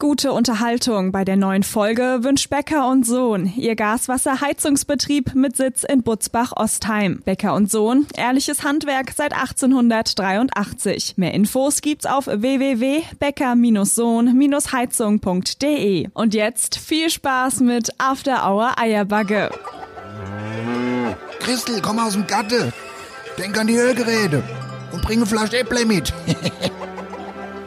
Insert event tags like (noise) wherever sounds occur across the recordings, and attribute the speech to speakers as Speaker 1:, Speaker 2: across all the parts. Speaker 1: Gute Unterhaltung bei der neuen Folge wünscht Becker und Sohn, ihr Gaswasserheizungsbetrieb mit Sitz in Butzbach-Ostheim. Becker und Sohn, ehrliches Handwerk seit 1883. Mehr Infos gibt's auf www.becker-sohn-heizung.de. Und jetzt viel Spaß mit After Hour Eierbagge.
Speaker 2: Christel, komm aus dem Gatte. Denk an die Ölgeräte. Und bringe Flasch Äpple mit. (laughs)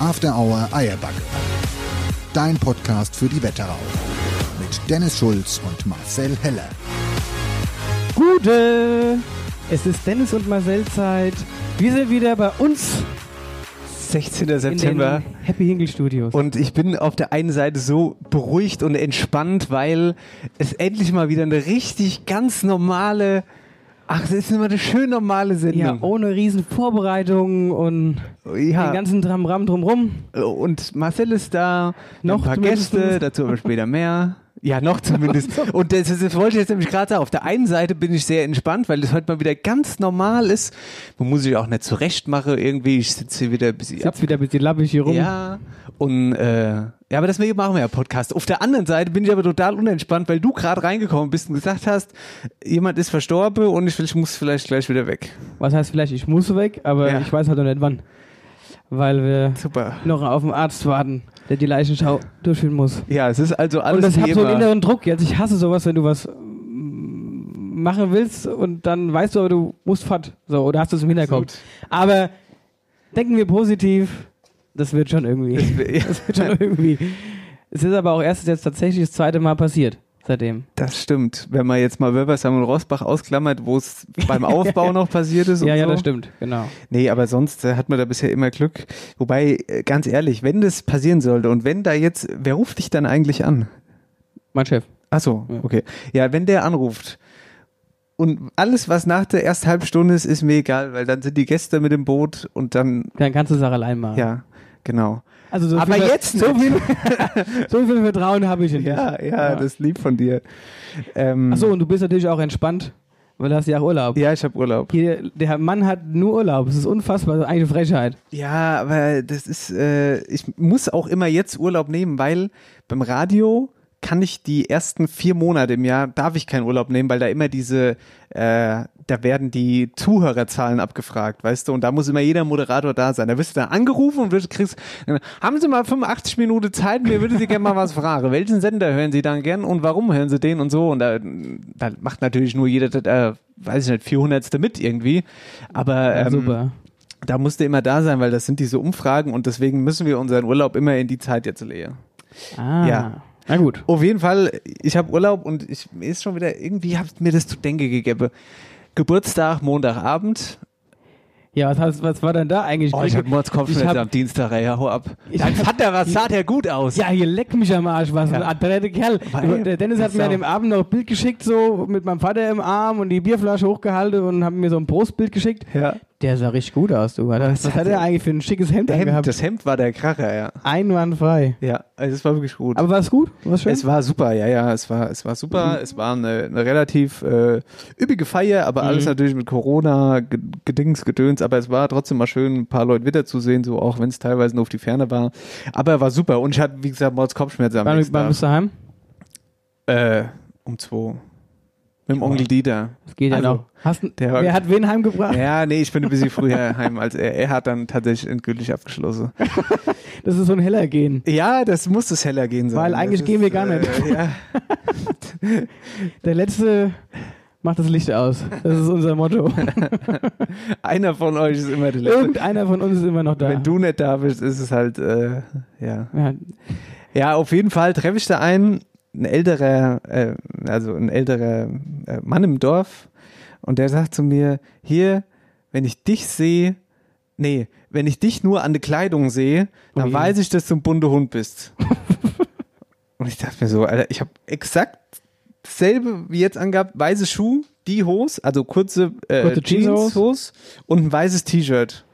Speaker 2: After Hour Eierbacke. Dein Podcast für die Wetterau. Mit Dennis Schulz und Marcel Heller.
Speaker 3: Gute! Es ist Dennis und Marcel Zeit. Wir sind wieder bei uns
Speaker 4: 16.
Speaker 3: in
Speaker 4: September.
Speaker 3: den Happy Hinkel Studios.
Speaker 4: Und ich bin auf der einen Seite so beruhigt und entspannt, weil es endlich mal wieder eine richtig ganz normale, ach, es ist immer eine schön normale
Speaker 3: ja,
Speaker 4: Sendung.
Speaker 3: ohne riesen Vorbereitungen und den ganzen Tramram drumrum.
Speaker 4: und Marcel ist da,
Speaker 3: Noch
Speaker 4: noch ein paar
Speaker 3: zumindest.
Speaker 4: Gäste, dazu aber später mehr. Ja, noch
Speaker 3: (laughs)
Speaker 4: zumindest. Und das, ist- das wollte ich jetzt nämlich gerade sagen. Auf der einen Seite bin ich sehr entspannt, weil das heute mal wieder ganz normal ist. Man muss sich auch nicht zurecht machen irgendwie. Ich sitze hier wieder ein bisschen
Speaker 3: Sitzt wieder ein bisschen lappig hier rum.
Speaker 4: Ja, und äh, ja, aber deswegen machen wir ja Podcast. Auf der anderen Seite bin ich aber total unentspannt, weil du gerade reingekommen bist und gesagt hast, jemand ist verstorben und ich, will- ich muss vielleicht gleich wieder weg.
Speaker 3: Was heißt vielleicht, ich muss weg, aber
Speaker 4: Ja.
Speaker 3: ich weiß halt noch nicht wann. Weil wir
Speaker 4: Super.
Speaker 3: noch auf den Arzt warten, der die Leichenschau durchführen muss.
Speaker 4: Ja, es ist also alles
Speaker 3: und das
Speaker 4: wie
Speaker 3: hat so
Speaker 4: immer.
Speaker 3: einen inneren Druck jetzt. Ich hasse sowas, wenn du was mm, machen willst und dann weißt du, aber du musst fort. So, oder hast du es im Hinterkopf. Aber denken wir positiv, das wird schon irgendwie.
Speaker 4: Das wär- ja.
Speaker 3: (laughs) Das wird schon irgendwie. Es ist aber auch erst jetzt tatsächlich das zweite Mal passiert seitdem.
Speaker 4: Das stimmt. Wenn man jetzt mal Wölbersheim und Rosbach ausklammert, wo es
Speaker 3: (laughs)
Speaker 4: beim Aufbau noch passiert ist und
Speaker 3: ja,
Speaker 4: so.
Speaker 3: ja, das stimmt, genau.
Speaker 4: Nee, aber sonst äh, hat man da bisher immer Glück. Wobei, äh, ganz ehrlich, wenn das passieren sollte und wenn da jetzt, wer ruft dich dann eigentlich an?
Speaker 3: Mein Chef.
Speaker 4: Ach so, okay. Ja, wenn der anruft und alles, was nach der ersten halben Stunde ist, ist mir egal, weil dann sind die Gäste mit dem Boot und dann,
Speaker 3: Dann kannst du es auch allein machen.
Speaker 4: ja, genau.
Speaker 3: Also so
Speaker 4: Aber
Speaker 3: viel,
Speaker 4: jetzt
Speaker 3: so
Speaker 4: nicht.
Speaker 3: viel, so viel Vertrauen habe ich in dich.
Speaker 4: (laughs) Ja, ja, das ist lieb von dir. Ähm,
Speaker 3: Achso, und du bist natürlich auch entspannt, weil du hast ja auch Urlaub.
Speaker 4: Ja, ich habe Urlaub.
Speaker 3: Hier, der Mann hat nur Urlaub. Das ist unfassbar, das ist eigentlich eine Frechheit.
Speaker 4: Ja, aber das ist, äh, ich muss auch immer jetzt Urlaub nehmen, weil beim Radio kann ich die ersten vier Monate im Jahr, darf ich keinen Urlaub nehmen, weil da immer diese, äh, da werden die Zuhörerzahlen abgefragt, weißt du, und da muss immer jeder Moderator da sein. Da wirst du da angerufen und wirst, kriegst, äh, haben Sie mal 85 Minuten Zeit, mir würde Sie gerne mal was fragen. Welchen Sender hören Sie dann gern und warum hören Sie den und so? Und da, da macht natürlich nur jeder, äh, weiß ich nicht, 400. mit irgendwie, aber...
Speaker 3: Ja,
Speaker 4: Ähm,
Speaker 3: super.
Speaker 4: da musste immer da sein, weil das sind diese Umfragen und deswegen müssen wir unseren Urlaub immer in die Zeit jetzt legen.
Speaker 3: Ah.
Speaker 4: ja.
Speaker 3: Na gut.
Speaker 4: Auf jeden Fall, ich habe Urlaub und ich mir ist schon wieder irgendwie habt mir das zu denken gegeben. Geburtstag, Montagabend.
Speaker 3: Ja, was, hast, was war denn da eigentlich?
Speaker 4: Oh, hab Mordskopfschmerzen
Speaker 3: Oh, Ich hab-
Speaker 4: am Dienstag, ey, ja, hau ab.
Speaker 3: Ich
Speaker 4: Dein
Speaker 3: hab-
Speaker 4: Vater, was sah der gut aus?
Speaker 3: ja, hier leck mich am Arsch, was ein adretter Kerl.
Speaker 4: Weil-
Speaker 3: der Dennis hat mir
Speaker 4: So.
Speaker 3: an dem Abend noch ein Bild geschickt, so mit meinem Vater im Arm und die Bierflasche hochgehalten und haben mir so ein Brustbild geschickt.
Speaker 4: Ja.
Speaker 3: Der sah richtig gut aus, du. Was, was
Speaker 4: hat
Speaker 3: hat er
Speaker 4: der-
Speaker 3: eigentlich für ein schickes Hemd,
Speaker 4: Der Hemd,
Speaker 3: angehabt?
Speaker 4: das Hemd war der Kracher, ja.
Speaker 3: Einwandfrei.
Speaker 4: Ja, also es war wirklich gut.
Speaker 3: Aber war es gut? War es schön?
Speaker 4: Es war super, ja, ja, es war, es war super. Es war eine, eine relativ äh, üppige Feier, aber alles natürlich mit Corona, Ge- Gedings, Gedöns, aber es war trotzdem mal schön, ein paar Leute wiederzusehen, so auch wenn es teilweise nur auf die Ferne war. Aber war super und ich hatte, wie gesagt, Mords Kopfschmerzen am
Speaker 3: Wann
Speaker 4: nächsten
Speaker 3: wann
Speaker 4: Tag.
Speaker 3: bist du heim?
Speaker 4: Äh, um zwei. Mit dem Onkel Dieter.
Speaker 3: Das geht ja
Speaker 4: Also,
Speaker 3: noch. Hast, du-
Speaker 4: der-
Speaker 3: wer hat wen heimgebracht?
Speaker 4: Ja, nee, ich bin ein bisschen früher heim als er. Er hat dann tatsächlich endgültig abgeschlossen.
Speaker 3: Das ist so ein heller Gehen.
Speaker 4: Ja, das muss es heller gehen sein.
Speaker 3: Weil
Speaker 4: Das
Speaker 3: eigentlich
Speaker 4: ist,
Speaker 3: gehen wir gar nicht.
Speaker 4: Äh, ja.
Speaker 3: Der letzte macht das Licht aus. Das ist unser Motto.
Speaker 4: Einer von euch ist immer der (laughs) Letzte.
Speaker 3: Irgendeiner von uns ist immer noch da.
Speaker 4: Wenn du nicht da bist, ist es halt, äh, ja.
Speaker 3: ja,
Speaker 4: Ja, auf jeden Fall treffe ich da einen, ein älterer, äh, also ein älterer äh, Mann im Dorf und der sagt zu mir, hier, wenn ich dich sehe, Nee, wenn ich dich nur an der Kleidung sehe, dann
Speaker 3: Ui.
Speaker 4: weiß ich, dass du ein bunter
Speaker 3: (laughs)
Speaker 4: Hund bist. Und ich dachte mir so, Alter, ich habe exakt dasselbe wie jetzt angehabt, weiße Schuh, die Hose, also kurze, äh,
Speaker 3: Kurze Jeans-
Speaker 4: Jeans, Hose und ein weißes T-Shirt.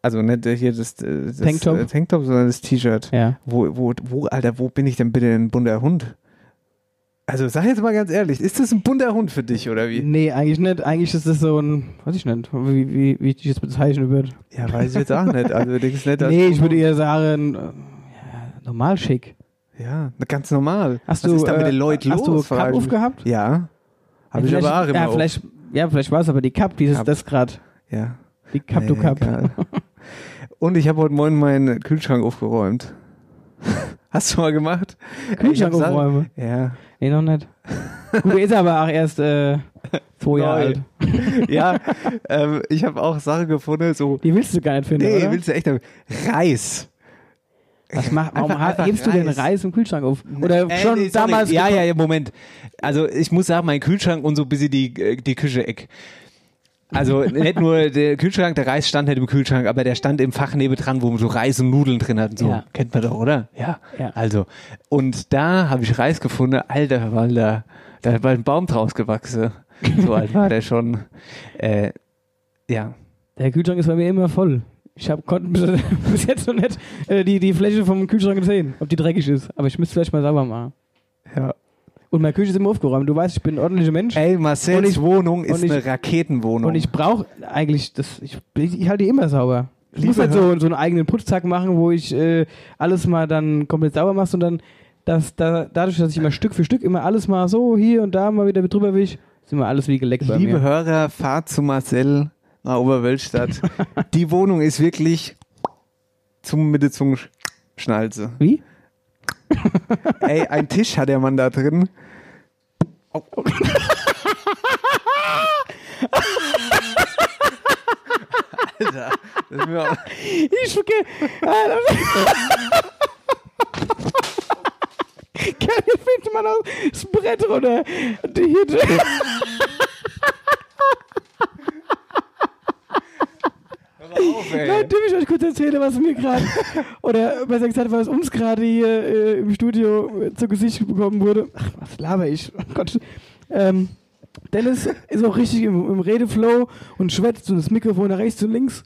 Speaker 4: Also nicht äh, hier das, äh, das
Speaker 3: Tanktop?
Speaker 4: äh, Tanktop, sondern das T-Shirt.
Speaker 3: Ja.
Speaker 4: Wo, wo, wo, Alter, wo bin ich denn bitte ein bunter Hund? Also sag jetzt mal ganz ehrlich, ist das ein bunter Hund für dich oder wie?
Speaker 3: Nee, eigentlich nicht. Eigentlich ist das so ein, weiß ich nicht, wie, wie, wie ich das bezeichnen würde.
Speaker 4: Ja, weiß ich jetzt auch nicht. Also das ist nicht als-
Speaker 3: nee, ich würde eher sagen, äh, ja, normal schick.
Speaker 4: Ja, ganz normal.
Speaker 3: Hast
Speaker 4: Was
Speaker 3: du,
Speaker 4: ist da mit
Speaker 3: äh,
Speaker 4: den Leuten
Speaker 3: hast du
Speaker 4: los? frag
Speaker 3: Cup
Speaker 4: ich mich.
Speaker 3: aufgehabt?
Speaker 4: Ja, habe ich
Speaker 3: vielleicht-
Speaker 4: aber auch immer
Speaker 3: ja,
Speaker 4: auf.
Speaker 3: vielleicht, ja, vielleicht war es aber die Cup, dieses,
Speaker 4: Cup.
Speaker 3: das gerade.
Speaker 4: Ja.
Speaker 3: Die Cup to
Speaker 4: Nee,
Speaker 3: Cup.
Speaker 4: egal. Und ich habe heute Morgen meinen Kühlschrank aufgeräumt. (laughs) Hast du mal gemacht?
Speaker 3: Kühlschrank
Speaker 4: Ich hab Sachen-
Speaker 3: aufräumen.
Speaker 4: Ja.
Speaker 3: Nee, noch nicht. (laughs) Gut, der ist aber auch erst äh, zwei Jahre
Speaker 4: Neu.
Speaker 3: alt. (laughs)
Speaker 4: Ja, ähm, ich habe auch Sachen gefunden, so.
Speaker 3: Die willst du gar nicht finden,
Speaker 4: Nee,
Speaker 3: oder?
Speaker 4: willst du echt nicht. Reis.
Speaker 3: Was macht, warum
Speaker 4: Einfach- einfach
Speaker 3: hebst du denn
Speaker 4: Reis.
Speaker 3: Reis im Kühlschrank auf? Oder
Speaker 4: Äh,
Speaker 3: schon
Speaker 4: nee, sorry.
Speaker 3: damals?
Speaker 4: Ja, ja, ja, Moment. Also ich muss sagen, mein Kühlschrank und so ein bisschen die, äh, die Küche eck. Also nicht nur der Kühlschrank, der Reis stand nicht im Kühlschrank, aber der stand im Fach nebendran, wo man so Reis und Nudeln drin hat. und So
Speaker 3: Ja.
Speaker 4: kennt man doch, oder? Ja.
Speaker 3: Ja.
Speaker 4: Also und da habe ich Reis gefunden. Alter Verwalter, da war ein Baum draus gewachsen.
Speaker 3: (laughs)
Speaker 4: So alt war der schon. Äh, ja.
Speaker 3: Der Kühlschrank ist bei mir immer voll. Ich hab, konnte bis, (laughs) bis jetzt noch nicht äh, die, die Fläche vom Kühlschrank sehen, ob die dreckig ist. Aber ich müsste vielleicht mal sauber machen.
Speaker 4: Ja. Äh,
Speaker 3: Und meine Küche ist immer aufgeräumt. Du weißt, ich bin ein ordentlicher Mensch.
Speaker 4: Ey, Marcells
Speaker 3: Und ich-
Speaker 4: Wohnung ist
Speaker 3: und ich-
Speaker 4: eine Raketenwohnung.
Speaker 3: Und ich brauche eigentlich, das, ich, ich, ich halte die immer sauber. Ich muss
Speaker 4: Liebe
Speaker 3: halt so, so einen eigenen Putztag machen, wo ich äh, alles mal dann komplett sauber mache und dann dass, da, dadurch, dass ich immer Stück für Stück immer alles mal so hier und da mal wieder mit drüber wisch, ist immer alles wie geleckt bei
Speaker 4: Liebe
Speaker 3: mir.
Speaker 4: Hörer, fahrt zu Marcel
Speaker 3: (laughs)
Speaker 4: nach Oberwölstadt. Die Wohnung ist wirklich zum Mitte zum Sch- Schnalze.
Speaker 3: Wie?
Speaker 4: Ey, ein Tisch hat der Mann da drin. Alter, das ist mir auch
Speaker 3: Ich okay. Kann ich finde man auch das Brett runter. Die Hütte.
Speaker 4: auf, ey.
Speaker 3: Leute, darf ich euch kurz erzählen, was mir gerade, oder besser gesagt, was uns gerade hier äh, im Studio äh, zu Gesicht bekommen wurde. Ach, was laber ich? Oh Gott. Ähm, Dennis ist auch richtig im, im Redeflow und schwätzt und das Mikrofon nach rechts und links.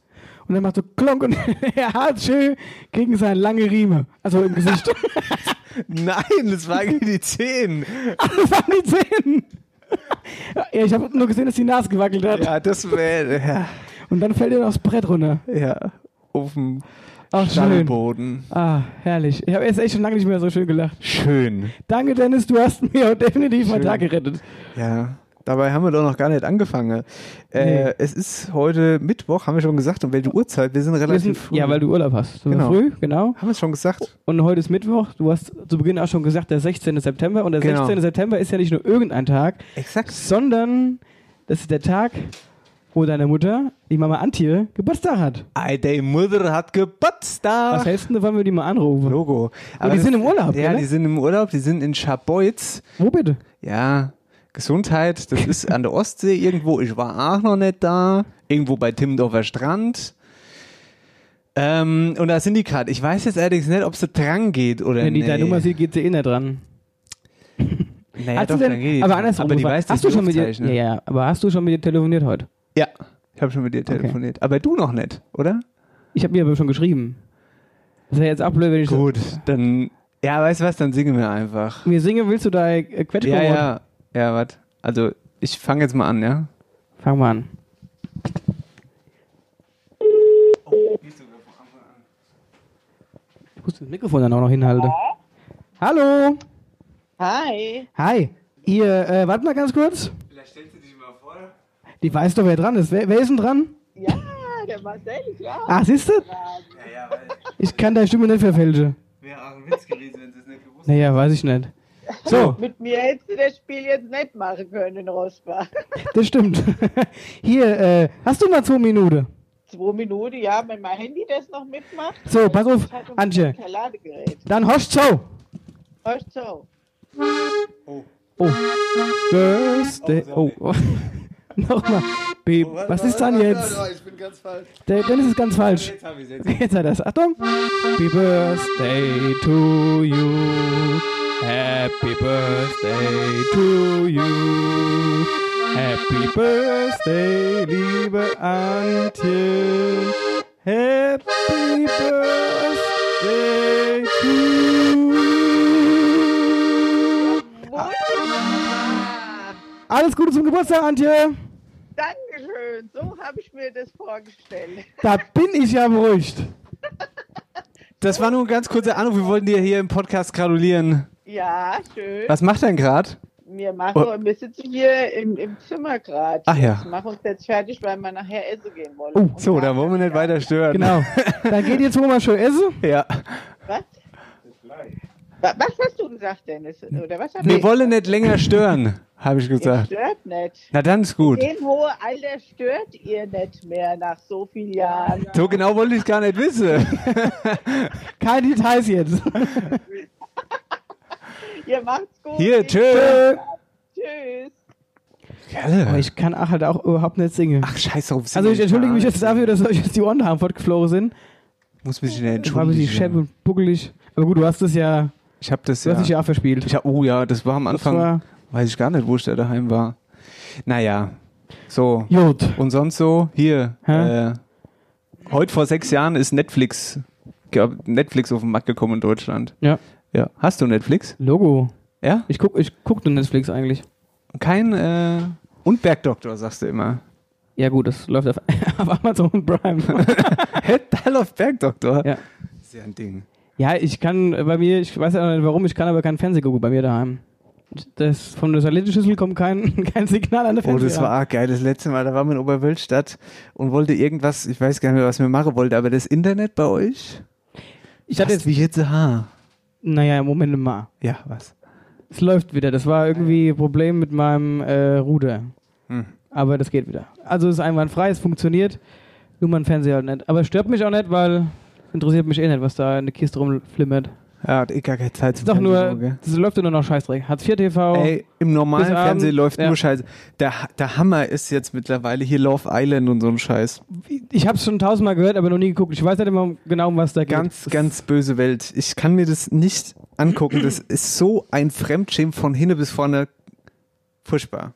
Speaker 3: Und dann macht so klonk und (laughs) er hat schön gegen seine lange Riemen. Also im Gesicht.
Speaker 4: Nein, das war gegen die 10.
Speaker 3: das waren die Zähne. Ja, ich habe nur gesehen, dass die Nase gewackelt hat.
Speaker 4: Ja, das wäre. Ja,
Speaker 3: Und dann fällt er aufs Brett runter.
Speaker 4: ja. Auf dem
Speaker 3: Ach, schön.
Speaker 4: Stallboden.
Speaker 3: Ah, herrlich. Ich habe erst echt schon lange nicht mehr so schön gelacht.
Speaker 4: Schön.
Speaker 3: Danke, Dennis, du hast mir definitiv meinen
Speaker 4: Schön.
Speaker 3: Tag gerettet.
Speaker 4: Ja, dabei haben wir doch noch gar nicht angefangen. Äh,
Speaker 3: Nee.
Speaker 4: Es ist heute Mittwoch, haben wir schon gesagt, um welche Uhrzeit? Wir sind relativ früh.
Speaker 3: ja, weil du Urlaub hast. So
Speaker 4: Genau.
Speaker 3: Früh, genau.
Speaker 4: haben wir es schon gesagt?
Speaker 3: Und heute ist Mittwoch. Du hast zu Beginn auch schon gesagt, der 16. September. Und der
Speaker 4: Genau.
Speaker 3: 16. September ist ja nicht nur irgendein Tag,
Speaker 4: Exakt.
Speaker 3: sondern das ist der Tag, wo deine Mutter, die Mama Antje, Geburtstag hat.
Speaker 4: Day Mother hat Geburtstag.
Speaker 3: Was hältst du davon, wenn wir die mal anrufen?
Speaker 4: Logo.
Speaker 3: die sind im Urlaub,
Speaker 4: Ja,
Speaker 3: oder?
Speaker 4: die sind im Urlaub, die sind in Scharbeutz.
Speaker 3: Wo bitte?
Speaker 4: Ja,
Speaker 3: (laughs)
Speaker 4: Gesundheit, das ist an der Ostsee irgendwo. Ich war auch noch nicht da. Irgendwo bei Timmendorfer Strand. Ähm, und da sind die gerade. Ich weiß jetzt allerdings nicht, ob sie dran geht oder
Speaker 3: Wenn die
Speaker 4: nicht.
Speaker 3: deine Nummer sieht, geht sie eh nicht dran.
Speaker 4: Naja,
Speaker 3: Hast
Speaker 4: doch,
Speaker 3: du denn,
Speaker 4: dann geht die
Speaker 3: aber
Speaker 4: dran.
Speaker 3: andersrum.
Speaker 4: aber die
Speaker 3: gefragt,
Speaker 4: weiß, dass
Speaker 3: hast du
Speaker 4: wir
Speaker 3: schon mit dir, ja,
Speaker 4: aufzeichnen.
Speaker 3: ja, aber hast du schon mit dir telefoniert heute?
Speaker 4: Ja, ich habe schon mit dir telefoniert. Aber du noch nicht, oder?
Speaker 3: Ich habe mir aber schon geschrieben. Das wäre jetzt auch blöd, wenn ich
Speaker 4: Gut, dann. Ja, weißt du was, dann singen wir einfach.
Speaker 3: Mir singen willst du da äh, Quetschkommode?
Speaker 4: Ja, ja. Ja, warte. Also, ich fange jetzt mal an, ja?
Speaker 3: Fang mal an. Ich muss das Mikrofon dann auch noch hinhalten. Hallo.
Speaker 5: Hi.
Speaker 3: Hi. Ihr, äh, warte mal ganz kurz. Die weiß doch, wer dran ist. Wer, wer ist denn dran?
Speaker 5: Ja, der Marcel, ja.
Speaker 3: Ach, siehst du? Ich kann deine Stimme nicht verfälschen.
Speaker 4: (laughs) Wäre auch ein Witz gewesen, wenn sie es nicht gewusst
Speaker 3: Naja, weiß ich nicht. So,
Speaker 5: Mit mir hättest du das Spiel jetzt nicht machen können in Rosbach. (laughs)
Speaker 3: das stimmt. (laughs) Hier, äh, hast du mal zwei Minuten?
Speaker 5: Zwei Minuten, ja, wenn mein Handy das noch mitmacht.
Speaker 3: So, pass auf,
Speaker 5: Ich hatte mein
Speaker 3: Antje.
Speaker 5: Ladegerät.
Speaker 3: Dann horch so.
Speaker 5: Hörst du so.
Speaker 3: Birthday. Oh. (laughs) Nochmal. Beep.
Speaker 4: Oh,
Speaker 3: Was ist dann jetzt?
Speaker 4: Ich bin ganz falsch.
Speaker 3: Der Dennis ist ganz falsch.
Speaker 4: Jetzt habe ich jetzt.
Speaker 3: Jetzt hat er es. Achtung. Happy Birthday to you. Happy Birthday to you. Happy Birthday, liebe Antje. Happy Birthday to you.
Speaker 4: Ah.
Speaker 3: Alles Gute zum Geburtstag, Antje.
Speaker 5: Dankeschön, so habe ich mir das vorgestellt.
Speaker 3: Da bin ich ja beruhigt.
Speaker 4: Das war nur ein ganz kurzer Anruf. Wir wollten dir hier im Podcast gratulieren.
Speaker 5: Ja, schön.
Speaker 4: Was macht denn gerade?
Speaker 5: Wir, machen, wir sitzen hier im, im Zimmer gerade.
Speaker 4: Ach ja. Oh,
Speaker 5: Ich mache uns jetzt fertig, weil wir nachher essen gehen wollen. Und
Speaker 4: So, da
Speaker 5: nachher-
Speaker 4: wollen wir nicht weiter stören.
Speaker 3: Genau. Dann geht jetzt Oma schön essen.
Speaker 4: Ja.
Speaker 5: Was? Wa- Was hast du gesagt, Dennis? Oder was hat
Speaker 4: Wir wollen nicht länger stören, habe ich
Speaker 5: Ihr
Speaker 4: gesagt.
Speaker 5: stört nicht.
Speaker 4: Na dann ist gut.
Speaker 5: Dem hohe Alter stört ihr nicht mehr nach so vielen Jahren.
Speaker 4: So genau wollte ich es gar nicht wissen.
Speaker 3: Keine Details jetzt.
Speaker 5: Ihr macht's gut.
Speaker 4: Hier,
Speaker 5: Bis
Speaker 4: tschö.
Speaker 5: Tschüss.
Speaker 3: Aber ich kann auch halt auch überhaupt nicht singen.
Speaker 4: Ach, scheiße, warum
Speaker 3: also ich entschuldige mich jetzt dafür, dass euch jetzt die Ohren haben fortgeflogen sind.
Speaker 4: Muss mich nicht
Speaker 3: Ich war ein bisschen schepp
Speaker 4: entschuldigen.
Speaker 3: und buckelig. Aber gut, du hast es ja,
Speaker 4: Ich habe das
Speaker 3: du hast dich ja
Speaker 4: ja.
Speaker 3: auch verspielt.
Speaker 4: Ich hab, oh ja, das war am Anfang.
Speaker 3: war-
Speaker 4: weiß ich gar nicht, wo ich da daheim war. Naja, so.
Speaker 3: Jod.
Speaker 4: Und sonst so, hier,
Speaker 3: Hä?
Speaker 4: äh, heute vor sechs Jahren ist Netflix, gab Netflix auf den Markt gekommen in Deutschland.
Speaker 3: Ja.
Speaker 4: Ja. Hast du Netflix?
Speaker 3: Logo.
Speaker 4: Ja?
Speaker 3: Ich guck, ich guck nur Netflix eigentlich.
Speaker 4: Kein, äh, und Bergdoktor, sagst du immer.
Speaker 3: Ja gut, das läuft auf, (laughs) auf Amazon Prime.
Speaker 4: (laughs) Hä, da läuft Bergdoktor?
Speaker 3: Ja.
Speaker 4: Ist ja ein Ding.
Speaker 3: ja, ich kann äh, bei mir, ich weiß ja noch nicht warum, ich kann aber keinen Fernseher gucken bei mir daheim. Das, von der Toilettenschüssel kommt kein, (laughs) kein Signal an der
Speaker 4: Oh,
Speaker 3: Fernseher.
Speaker 4: das war geil. Das letzte Mal, da waren wir in Oberwölstadt und wollte irgendwas, ich weiß gar nicht mehr, was wir machen wollte, aber das Internet bei euch?
Speaker 3: ich hatte jetzt,
Speaker 4: Fast wie jetzt, ha.
Speaker 3: naja, Moment mal.
Speaker 4: Ja, was?
Speaker 3: Es läuft wieder. Das war irgendwie ein Problem mit meinem äh, Ruder.
Speaker 4: Hm.
Speaker 3: Aber das geht wieder. Also es ist einwandfrei, es funktioniert. Nur mein Fernseher halt nicht. Aber es stört mich auch nicht, weil es interessiert mich eh nicht, was da in der Kiste rumflimmert.
Speaker 4: Ja, hat eh gar keine Zeit zum
Speaker 3: Ist doch
Speaker 4: Fernsehen, gell?
Speaker 3: nur, es läuft ja nur noch Scheißdreck. Hartz IV TV.
Speaker 4: Ey, im normalen
Speaker 3: Bis Abend.
Speaker 4: Fernsehen läuft
Speaker 3: Ja.
Speaker 4: nur Scheiße. Der, der Hammer ist jetzt mittlerweile hier Love Island und so ein Scheiß.
Speaker 3: Ich habe es schon tausendmal gehört, aber noch nie geguckt. Ich weiß nicht immer genau, um was da geht.
Speaker 4: Ganz,
Speaker 3: Das-
Speaker 4: ganz böse Welt. Ich kann mir das nicht angucken.
Speaker 3: (clears throat)
Speaker 4: Das ist so ein Fremdschirm von hinne bis vorne. Furchtbar.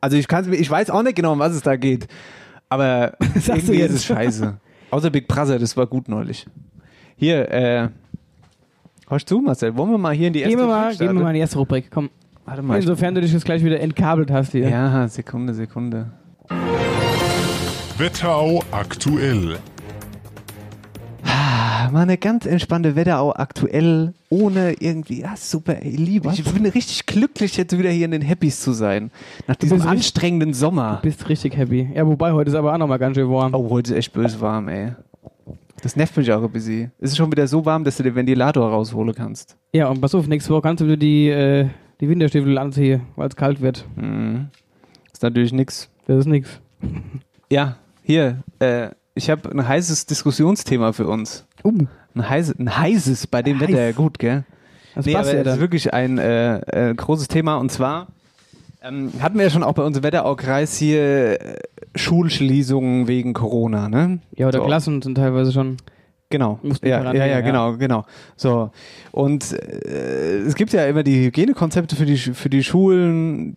Speaker 4: Also ich kann's mir, ich weiß auch nicht genau, um was es da geht.
Speaker 3: (laughs)
Speaker 4: Aber
Speaker 3: sagst du
Speaker 4: irgendwie ist
Speaker 3: jetzt? (laughs)
Speaker 4: es scheiße. Außer Big Brother, das war gut neulich. Hier, äh, hörst du, Marcel? Wollen wir mal hier in die erste
Speaker 3: Gehen wir mal,
Speaker 4: Rubrik
Speaker 3: gehen wir mal Also, in
Speaker 4: starten?
Speaker 3: die erste Rubrik. Komm.
Speaker 4: Warte mal. ich-
Speaker 3: Insofern du dich jetzt gleich wieder entkabelt hast hier.
Speaker 4: Ja, Sekunde, Sekunde.
Speaker 6: Wetterau aktuell.
Speaker 4: Mal eine ganz entspannte Wetterau aktuell, ohne irgendwie, ah super, ey, liebe. Ich bin richtig glücklich, jetzt wieder hier in den Happys zu sein. Nach diesem
Speaker 3: bist richtig-
Speaker 4: anstrengenden Sommer.
Speaker 3: Bist richtig happy. Ja, wobei heute ist aber auch nochmal ganz schön warm.
Speaker 4: Oh, heute ist echt bös warm, ey. Das nervt mich auch ein bisschen. Es ist schon wieder so warm, dass du den Ventilator rausholen kannst.
Speaker 3: Ja, und pass auf, nächste Woche kannst du wieder die, äh, die Winterstiefel anziehen, weil es kalt wird.
Speaker 4: Hm. Ist natürlich nix.
Speaker 3: Das ist nix.
Speaker 4: Ja, hier, äh, ich habe ein heißes Diskussionsthema für uns.
Speaker 3: Uh,
Speaker 4: Ein, heiße, ein heißes bei dem Wetter, gut, gell?
Speaker 3: das
Speaker 4: Nee,
Speaker 3: passt
Speaker 4: aber
Speaker 3: ja
Speaker 4: das ist
Speaker 3: dann.
Speaker 4: wirklich ein äh, äh, großes Thema und zwar ähm, hatten wir ja schon auch bei uns im Wetteraukreis hier äh, Schulschließungen wegen Corona, ne?
Speaker 3: Ja, oder
Speaker 4: so.
Speaker 3: Klassen sind teilweise schon.
Speaker 4: Genau.
Speaker 3: Mussten
Speaker 4: Ja,
Speaker 3: Quarantäne,
Speaker 4: ja,
Speaker 3: ja.
Speaker 4: ja, genau, genau. So. Und äh, es gibt ja immer die Hygienekonzepte für die, Sch- für die Schulen,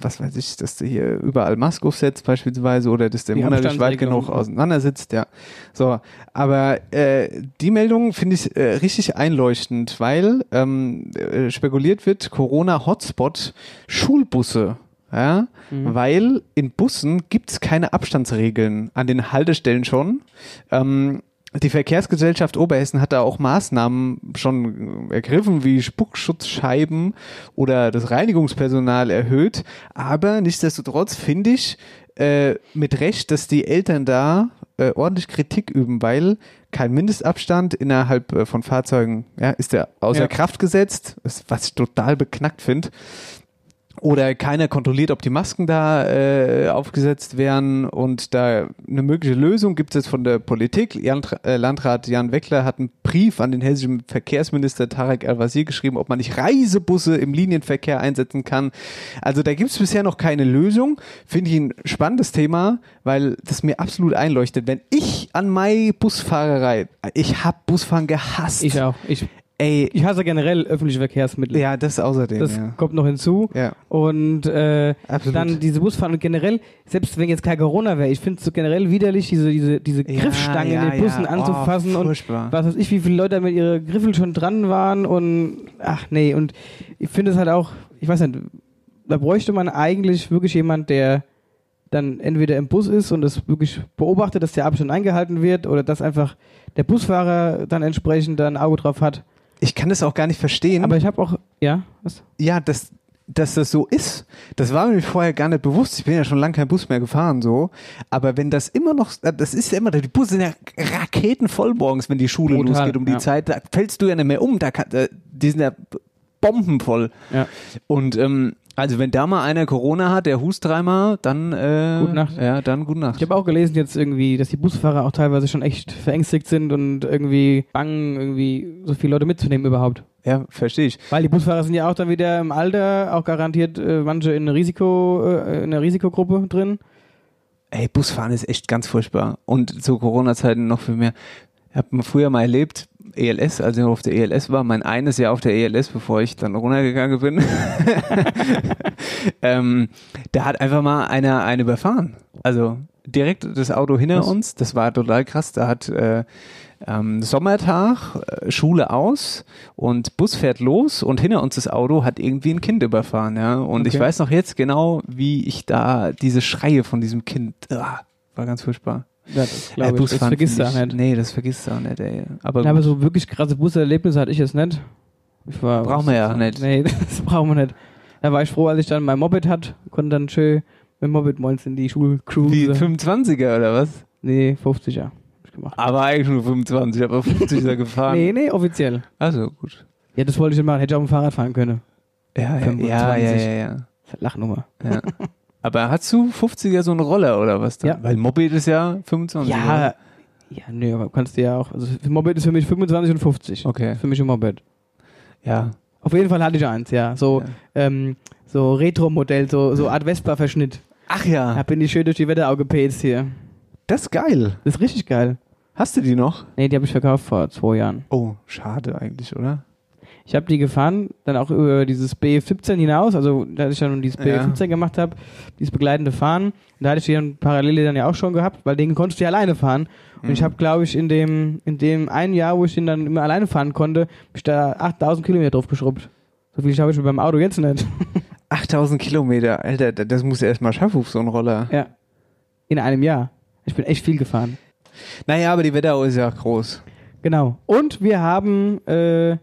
Speaker 4: was weiß ich, dass du hier überall Maske aufsetzt beispielsweise oder dass du im
Speaker 3: Die
Speaker 4: Unterricht weit
Speaker 3: Abstandsregelung.
Speaker 4: genug auseinandersitzt, ja. So, aber äh, die Meldung finde ich äh, richtig einleuchtend, weil ähm, äh, spekuliert wird, Corona-Hotspot, Schulbusse. Ja,
Speaker 3: Mhm.
Speaker 4: weil in Bussen gibt es keine Abstandsregeln, an den Haltestellen schon. Ähm, die Verkehrsgesellschaft Oberhessen hat da auch Maßnahmen schon ergriffen, wie Spuckschutzscheiben oder das Reinigungspersonal erhöht. Aber nichtsdestotrotz finde ich äh, mit Recht, dass die Eltern da äh, ordentlich Kritik üben, weil kein Mindestabstand innerhalb äh, von Fahrzeugen ja, ist ja außer
Speaker 3: Ja.
Speaker 4: Kraft gesetzt, was was ich total beknackt finde. oder keiner kontrolliert, ob die Masken da äh, aufgesetzt werden und da eine mögliche Lösung gibt es jetzt von der Politik. Jan, äh, Landrat Jan Weckler hat einen Brief an den hessischen Verkehrsminister Tarek Al-Wazir geschrieben, ob man nicht Reisebusse im Linienverkehr einsetzen kann. Also da gibt es bisher noch keine Lösung. Finde ich ein spannendes Thema, weil das mir absolut einleuchtet. Wenn ich an meine Busfahrerei, ich habe Busfahren gehasst.
Speaker 3: Ich auch. Ich,
Speaker 4: Ey,
Speaker 3: ich hasse generell öffentliche Verkehrsmittel.
Speaker 4: ja, das außerdem.
Speaker 3: Das
Speaker 4: ja.
Speaker 3: kommt noch hinzu.
Speaker 4: Ja.
Speaker 3: Und äh,
Speaker 4: Absolut.
Speaker 3: dann diese Busfahren und generell, selbst wenn jetzt kein Corona wäre, ich finde es so generell widerlich, diese, diese, diese
Speaker 4: Ja,
Speaker 3: Griffstangen
Speaker 4: ja,
Speaker 3: in den Bussen
Speaker 4: ja.
Speaker 3: anzufassen
Speaker 4: Oh,
Speaker 3: und
Speaker 4: furchtbar.
Speaker 3: was weiß ich, wie viele Leute da mit ihren Griffel schon dran waren und ach nee, und ich finde es halt auch, ich weiß nicht, da bräuchte man eigentlich wirklich jemand, der dann entweder im Bus ist und es wirklich beobachtet, dass der Abstand eingehalten wird oder dass einfach der Busfahrer dann entsprechend da ein Auge drauf hat.
Speaker 4: Ich kann das auch gar nicht verstehen.
Speaker 3: Aber ich habe auch, ja, was?
Speaker 4: ja, dass, dass das so ist, das war mir vorher gar nicht bewusst. Ich bin ja schon lange kein Bus mehr gefahren, so. Aber wenn das immer noch, äh, das ist ja immer, die Busse sind ja raketenvoll morgens, wenn die Schule
Speaker 3: Brutal,
Speaker 4: losgeht um die
Speaker 3: ja.
Speaker 4: Zeit. Da fällst du ja nicht mehr um. Da kann, da, die sind ja bombenvoll.
Speaker 3: Ja.
Speaker 4: Und, ähm, also wenn da mal einer Corona hat, der hust dreimal, dann, äh,
Speaker 3: Gute Nacht.
Speaker 4: Ja, dann gute Nacht.
Speaker 3: Ich habe auch gelesen jetzt irgendwie, dass die Busfahrer auch teilweise schon echt verängstigt sind und irgendwie bangen, irgendwie so viele Leute mitzunehmen überhaupt.
Speaker 4: Ja, verstehe ich.
Speaker 3: Weil die Busfahrer sind ja auch dann wieder im Alter, auch garantiert äh, manche in, Risiko, äh, in einer Risikogruppe drin.
Speaker 4: Ey, Busfahren ist echt ganz furchtbar. Und zu Corona-Zeiten noch viel mehr. Ich habe früher mal erlebt, ELS, als ich noch auf der ELS war, mein eines Jahr auf der ELS, bevor ich dann runtergegangen bin. ähm, da hat einfach mal einer einen überfahren. Also direkt das Auto hinter uns, das war total krass. Da hat äh, ähm, Sommertag, äh, Schule aus und Bus fährt los und hinter uns das Auto hat irgendwie ein Kind überfahren, ja. Und ich
Speaker 3: Okay.
Speaker 4: weiß noch jetzt genau, wie ich da diese Schreie von diesem Kind, ah, war ganz furchtbar.
Speaker 3: Ja, das glaube ich. Das
Speaker 4: Busfahren
Speaker 3: vergisst du
Speaker 4: find
Speaker 3: auch
Speaker 4: ich-
Speaker 3: nicht.
Speaker 4: Nee, das vergisst du auch nicht, ey. Aber,
Speaker 3: Aber so wirklich krasse Buserlebnisse hatte ich jetzt nicht. Ich war,
Speaker 4: Brauchen wir ja nicht.
Speaker 3: Nee, (laughs) das brauchen wir nicht. Da war ich froh, als ich dann mein Moped hatte, konnte dann schön mit dem Moped moins in die Schulcrew.
Speaker 4: wie 25er oder was?
Speaker 3: Nee, 50er. Hab ich gemacht.
Speaker 4: Aber eigentlich nur 25, aber 50er gefahren.
Speaker 3: Nee, nee, offiziell.
Speaker 4: Also gut.
Speaker 3: Ja, das wollte ich nicht machen. Hätte ich auf dem Fahrrad fahren können.
Speaker 4: Ja, ja, ja, ja,
Speaker 3: 25.
Speaker 4: ja, ja.
Speaker 3: Lachnummer.
Speaker 4: ja. Aber hast du 50er so einen Roller oder was? Dann?
Speaker 3: Ja.
Speaker 4: Weil Moped ist ja 25.
Speaker 3: Ja, ja, nö, aber kannst du ja auch. Also Moped ist für mich 25 und 50.
Speaker 4: Okay.
Speaker 3: Ist Für mich ein Moped.
Speaker 4: Ja.
Speaker 3: Auf jeden Fall hatte ich eins, ja. So,
Speaker 4: Ja.
Speaker 3: ähm, so Retro-Modell, so, so Art Vespa-Verschnitt.
Speaker 4: Ach ja,
Speaker 3: Da bin ich schön durch die Wetterau gepetzt hier.
Speaker 4: das ist geil.
Speaker 3: Das ist richtig geil.
Speaker 4: Hast du die noch?
Speaker 3: Nee, die habe ich verkauft vor zwei Jahren.
Speaker 4: Oh, schade eigentlich, oder?
Speaker 3: Ich habe die gefahren, dann auch über dieses BF17 hinaus, also da ich dann dieses
Speaker 4: Ja.
Speaker 3: BF17 gemacht habe, dieses begleitende Fahren. Und da hatte ich die dann parallele dann ja auch schon gehabt, weil den konntest du ja alleine fahren. Und
Speaker 4: Mhm.
Speaker 3: ich habe, glaube ich, in dem, in dem einen Jahr, wo ich den dann immer alleine fahren konnte, hab ich da 8000 Kilometer drauf geschrubbt. So viel habe ich mit meinem Auto jetzt nicht.
Speaker 4: 8000 Kilometer, Alter, da- das musst du erstmal schaffen, auf so einen Roller.
Speaker 3: ja. In einem Jahr. Ich bin echt viel gefahren.
Speaker 4: Naja, aber die Wetterau ist ja groß.
Speaker 3: Genau. Und wir haben äh,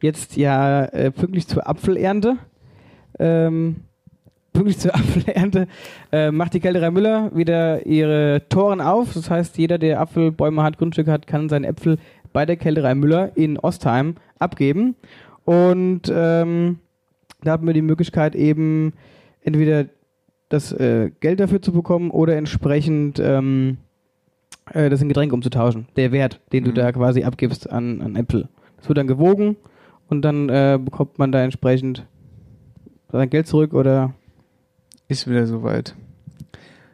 Speaker 3: jetzt ja äh, pünktlich zur Apfelernte, ähm, pünktlich zur (laughs) Apfelernte äh, macht die Kälterei Müller wieder ihre Toren auf. Das heißt, jeder, der Apfelbäume hat, Grundstücke hat, kann seinen Äpfel bei der Kälterei Müller in Ostheim abgeben. Und ähm, da haben wir die Möglichkeit eben entweder das äh, Geld dafür zu bekommen oder entsprechend ähm, äh, das in Getränk umzutauschen. Der Wert, den du da quasi abgibst an, an Äpfel. Das wird dann gewogen und dann äh, bekommt man da entsprechend sein Geld zurück oder
Speaker 4: Ist wieder soweit.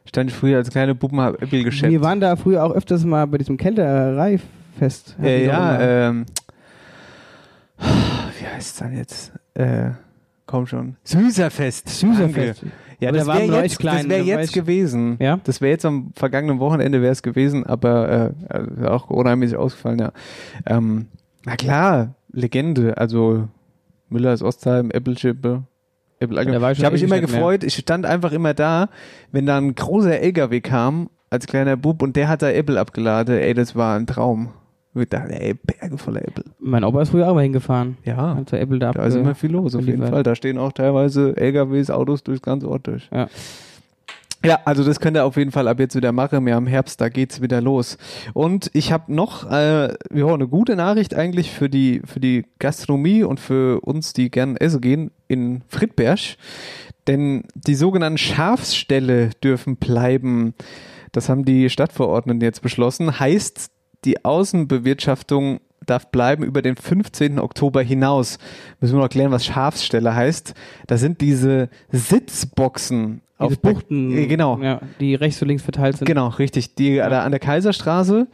Speaker 4: Stand ich früher als kleine Puppen, hab Apple geschätzt.
Speaker 3: wir waren da früher auch öfters mal bei diesem Kältereifest. Hatten
Speaker 4: äh,
Speaker 3: wir doch
Speaker 4: ja,
Speaker 3: immer.
Speaker 4: ähm. Wie heißt es dann jetzt? Äh, komm schon. Süßerfest.
Speaker 3: Süßerfest.
Speaker 4: Danke. Ja,
Speaker 3: Aber
Speaker 4: das
Speaker 3: da waren
Speaker 4: wäre
Speaker 3: wir
Speaker 4: jetzt,
Speaker 3: echt klein,
Speaker 4: das wär
Speaker 3: da war
Speaker 4: jetzt
Speaker 3: ich-
Speaker 4: gewesen.
Speaker 3: Ja?
Speaker 4: Das wäre jetzt am vergangenen Wochenende wäre es gewesen, aber äh, also auch unheimlich ausgefallen, ja. Ähm, na klar, Legende. Also Müller ist Ostheim, Apple-Chippe. Apple
Speaker 3: Da war ich
Speaker 4: ich
Speaker 3: schon
Speaker 4: habe mich
Speaker 3: ewig
Speaker 4: immer
Speaker 3: nicht mehr.
Speaker 4: gefreut. Ich stand einfach immer da, wenn da ein großer LKW kam, als kleiner Bub, und der hat da Apple abgeladen. Ey, das war ein Traum. Wir dachten, ey, Berge voller Apple.
Speaker 3: Mein Opa ist früher auch mal hingefahren.
Speaker 4: Ja,
Speaker 3: Hat zur Apple da
Speaker 4: da ist
Speaker 3: abge-
Speaker 4: immer viel los, auf jeden
Speaker 3: geliefert.
Speaker 4: Fall. Da stehen auch teilweise LKWs, Autos durchs ganze Ort durch.
Speaker 3: Ja.
Speaker 4: Ja, also das könnt ihr auf jeden Fall ab jetzt wieder machen. Ja, im Herbst, da geht's wieder los. Und ich habe noch äh, ja, eine gute Nachricht eigentlich für die, für die Gastronomie und für uns, die gern essen gehen in Friedberg. Denn die sogenannten Schafsställe dürfen bleiben. Das haben die Stadtverordneten jetzt beschlossen. Heißt, die Außenbewirtschaftung darf bleiben über den 15. Oktober hinaus. Müssen wir noch klären, was Schafsstelle heißt. Das sind diese Sitzboxen
Speaker 3: Diese Buchten,
Speaker 4: Äh, Genau.
Speaker 3: ja, die rechts und links verteilt sind.
Speaker 4: Genau, richtig. Die da an der Kaiserstraße